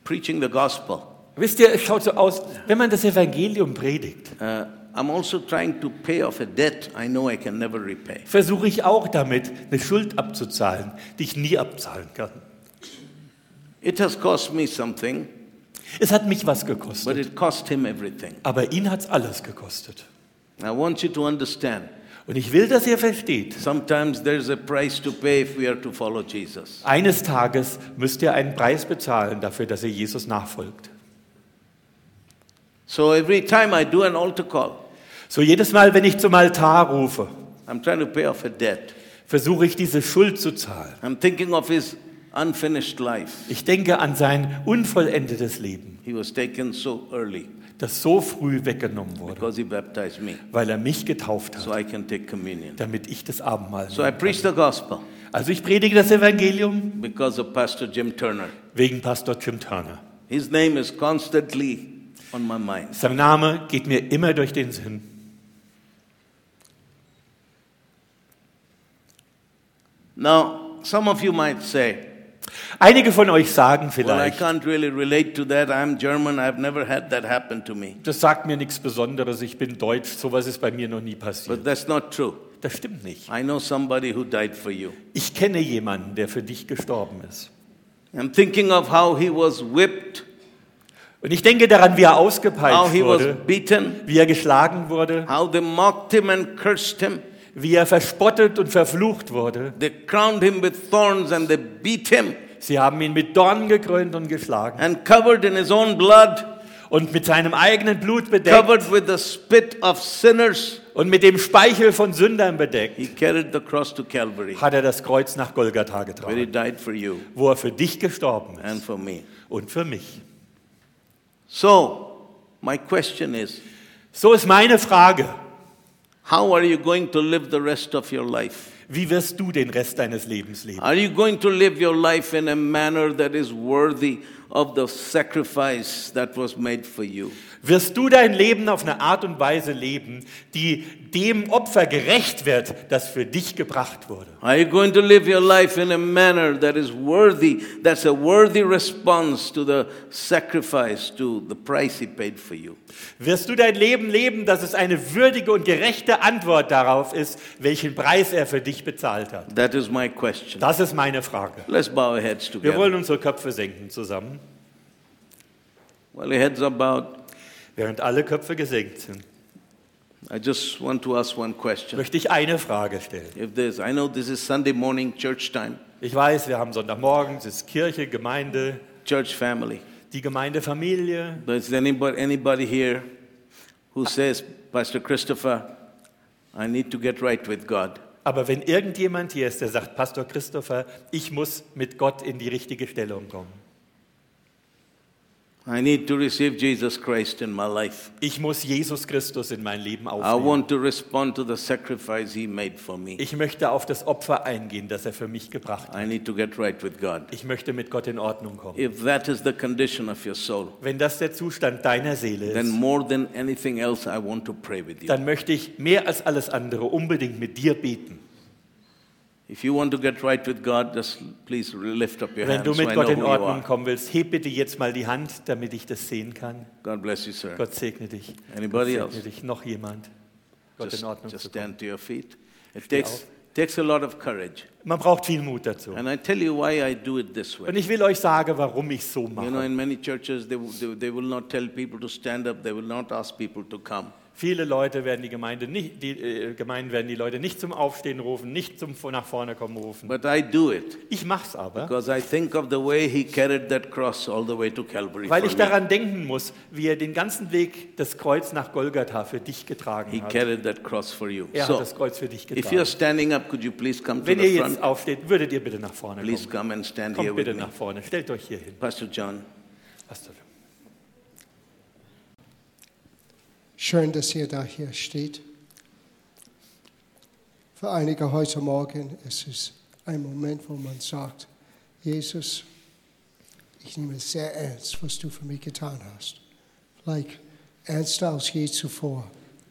S1: preaching the gospel.
S2: Wisst ihr, es schaut so aus, wenn man das Evangelium predigt,
S1: Uh, I'm also trying to pay off a debt I know I can never repay.
S2: versuche ich auch damit, eine Schuld abzuzahlen, die ich nie abzahlen kann.
S1: It has cost me something,
S2: Es hat mich was
S1: but
S2: gekostet,
S1: it cost him everything.
S2: aber ihn hat es alles gekostet.
S1: I want you to understand
S2: Und ich will, dass ihr versteht,
S1: sometimes there's a price to pay if we are to follow Jesus.
S2: eines Tages müsst ihr einen Preis bezahlen dafür, dass ihr Jesus nachfolgt.
S1: So every time I do an altar call,
S2: So jedes Mal, wenn ich zum Altar rufe,
S1: I'm trying to pay off a debt.
S2: versuche ich diese Schuld zu zahlen.
S1: I'm thinking of his unfinished life.
S2: Ich denke an sein unvollendetes Leben,
S1: He was taken so early
S2: das so früh weggenommen wurde,
S1: because he baptized me,
S2: weil er mich getauft
S1: so
S2: hat,
S1: I can take communion.
S2: damit ich das Abendmahl.
S1: So I preach the gospel
S2: Also ich predige das Evangelium
S1: because of Pastor Jim Turner.
S2: wegen Pastor Tim Turner.
S1: His name is constantly on my mind.
S2: Sein Name geht mir immer durch den Sinn.
S1: Now, some of you might say,
S2: Einige von euch sagen
S1: well, I
S2: vielleicht,
S1: can't really relate to that. I'm German. I've never had that happen to me.
S2: das sagt mir nichts Besonderes, ich bin deutsch, sowas ist bei mir noch nie passiert.
S1: But that's not true.
S2: Das stimmt nicht.
S1: I know somebody who died for you.
S2: Ich kenne jemanden, der für dich gestorben ist.
S1: I'm thinking of how he was whipped,
S2: Und ich denke daran, wie er
S1: how
S2: ausgepeitscht
S1: he was
S2: wurde,
S1: beaten,
S2: wie er geschlagen wurde,
S1: how they mocked him and cursed him.
S2: wie er verspottet und verflucht wurde.
S1: They crowned him with thorns and they beat him
S2: Sie haben ihn mit Dornen gekrönt und geschlagen
S1: and covered in his own blood,
S2: und mit seinem eigenen Blut bedeckt
S1: covered with the spit of sinners.
S2: und mit dem Speichel von Sündern bedeckt,
S1: He carried the cross to Calvary,
S2: hat er das Kreuz nach
S1: where
S2: Golgatha
S1: he
S2: getragen,
S1: died for you
S2: wo er für dich gestorben
S1: and
S2: ist
S1: for me.
S2: und für mich.
S1: So, my question is
S2: So ist meine Frage.
S1: how are you going to live the rest of your life?
S2: Wie wirst du den Rest deines Lebens leben?
S1: Are you going to live your life in a manner that is worthy of the sacrifice that was made for you?
S2: Wirst du dein Leben auf eine Art und Weise leben, die dem Opfer gerecht wird, das für dich gebracht wurde?
S1: Are you going to live your life in a manner that is worthy, that's a worthy response to the sacrifice, to the price he paid for you?
S2: Wirst du dein Leben leben, dass es eine würdige und gerechte Antwort darauf ist, welchen Preis er für dich bezahlt hat?
S1: That is my question.
S2: Das ist meine Frage.
S1: Let's bow our heads
S2: Wir
S1: together.
S2: wollen unsere Köpfe senken zusammen,
S1: While your heads are bowed,
S2: während alle Köpfe gesenkt sind.
S1: I just want to ask one question.
S2: Möchte ich eine Frage stellen.
S1: If there's, I know this is Sunday morning church time,
S2: Ich weiß, wir haben Sonntagmorgen, es ist Kirche, Gemeinde,
S1: church family.
S2: die Gemeindefamilie.
S1: But is anybody, anybody here who says, Pastor Christopher, I need to get right with God?
S2: Aber wenn irgendjemand hier ist, der sagt, Pastor Christopher, ich muss mit Gott in die richtige Stellung kommen.
S1: I need to receive Jesus Christ in my life.
S2: Ich muss Jesus Christus in mein Leben
S1: I
S2: aufnehmen.
S1: want to respond to the sacrifice he made for me.
S2: Ich möchte auf das Opfer eingehen, das er für mich gebracht hat.
S1: I need to get right with God.
S2: Ich möchte mit Gott in Ordnung kommen.
S1: If that is the condition of your soul,
S2: Wenn das der Zustand deiner Seele
S1: then
S2: ist,
S1: more than anything else, I want to pray with you.
S2: dann möchte ich mehr als alles andere unbedingt mit dir beten.
S1: If you want to get right with God, just please lift up your
S2: Wenn
S1: hands
S2: du
S1: so
S2: mit
S1: I
S2: Gott
S1: know
S2: in
S1: who you
S2: Ordnung
S1: are.
S2: kommen willst, heb bitte jetzt mal die Hand, damit ich das sehen kann.
S1: God bless you, sir.
S2: Gott segne dich.
S1: Anybody
S2: Gott
S1: else?
S2: segne dich. Noch jemand? Gott
S1: Just,
S2: in Ordnung
S1: just
S2: zu kommen.
S1: stand to your feet. It
S2: Steh
S1: takes, takes a lot of courage.
S2: Man braucht viel Mut dazu.
S1: And I tell you why I do it this way.
S2: Und ich will euch sagen, warum ich so
S1: You know,
S2: mache.
S1: in many churches, they, will- they, they will not tell people to stand up, they will not ask people to come.
S2: Viele Leute werden die Gemeinde nicht, die äh, Gemeinden werden die Leute nicht zum Aufstehen rufen, nicht zum vor- nach vorne kommen rufen.
S1: But I do it.
S2: Ich mach's aber,
S1: Because I think of the way he carried that cross all the way to Calvary.
S2: weil
S1: for
S2: ich
S1: me.
S2: daran denken muss, wie er den ganzen Weg das Kreuz nach Golgatha für dich getragen
S1: He
S2: hat.
S1: carried that cross for you.
S2: Er hat
S1: so,
S2: das Kreuz für dich
S1: if you're
S2: getragen.
S1: standing up, could you please come to
S2: Wenn ihr
S1: the
S2: jetzt
S1: front?
S2: aufsteht, würdet ihr bitte nach vorne
S1: Please
S2: kommen.
S1: come and stand here
S2: Kommt
S1: with
S2: bitte
S1: me.
S2: nach vorne. Stellt euch hier hin.
S1: Pastor John.
S2: Pastor.
S3: Schön, dass ihr da hier steht. Für einige heute Morgen ist es ein Moment, wo man sagt, Jesus, ich nehme es sehr ernst, was du für mich getan hast. Like, ernster als je zuvor.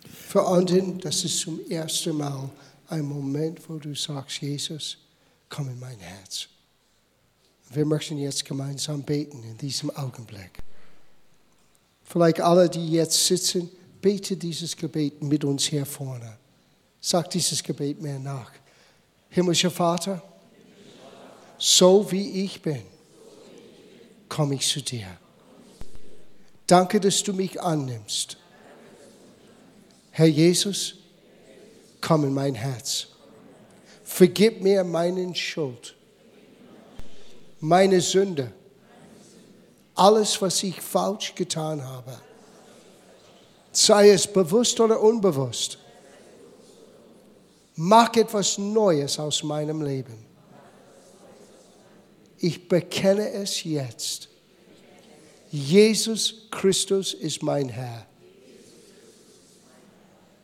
S3: Für anderen, das ist zum ersten Mal ein Moment, wo du sagst, Jesus, komm in mein Herz. Wir möchten jetzt gemeinsam beten in diesem Augenblick. Vielleicht alle, die jetzt sitzen, bete dieses Gebet mit uns hier vorne. Sag dieses Gebet mir nach. Himmlischer Vater, so wie ich bin, komme ich zu dir. Danke, dass du mich annimmst. Herr Jesus, komm in mein Herz. Vergib mir meinen Schuld, meine Sünde, alles, was ich falsch getan habe. Sei es bewusst oder unbewusst. Mach etwas Neues aus meinem Leben. Ich bekenne es jetzt. Jesus Christus ist mein Herr.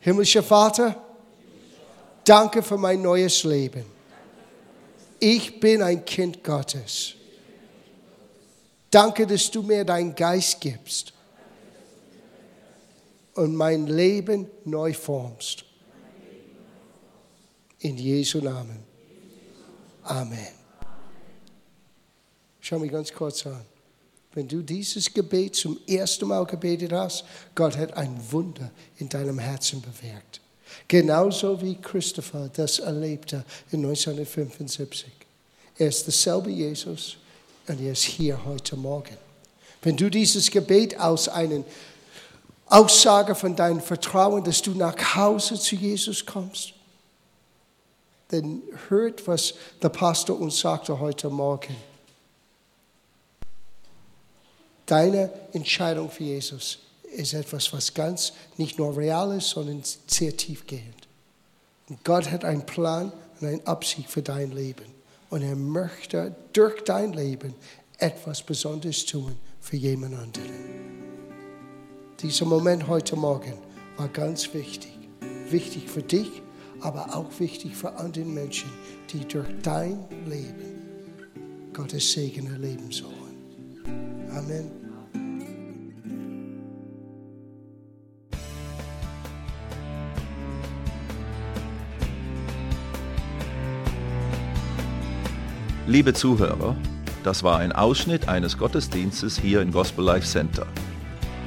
S3: Himmlischer Vater, danke für mein neues Leben. Ich bin ein Kind Gottes. Danke, dass du mir deinen Geist gibst und mein Leben neu formst. In Jesu Namen. Amen. Schau mich ganz kurz an. Wenn du dieses Gebet zum ersten Mal gebetet hast, Gott hat ein Wunder in deinem Herzen bewirkt. Genauso wie Christopher das erlebte in 1975. Er ist derselbe Jesus und er ist hier heute Morgen. Wenn du dieses Gebet aus einer Aussage von deinem Vertrauen, dass du nach Hause zu Jesus kommst, dann hört, was der Pastor uns sagte heute Morgen. Deine Entscheidung für Jesus ist etwas, was ganz nicht nur real ist, sondern sehr tiefgehend. Und Gott hat einen Plan und einen Absicht für dein Leben. Und er möchte durch dein Leben etwas Besonderes tun für jemand anderen. Dieser Moment heute Morgen war ganz wichtig. Wichtig für dich, aber auch wichtig für andere Menschen, die durch dein Leben Gottes Segen erleben sollen. Amen.
S4: Liebe Zuhörer, das war ein Ausschnitt eines Gottesdienstes hier im Gospel Life Center.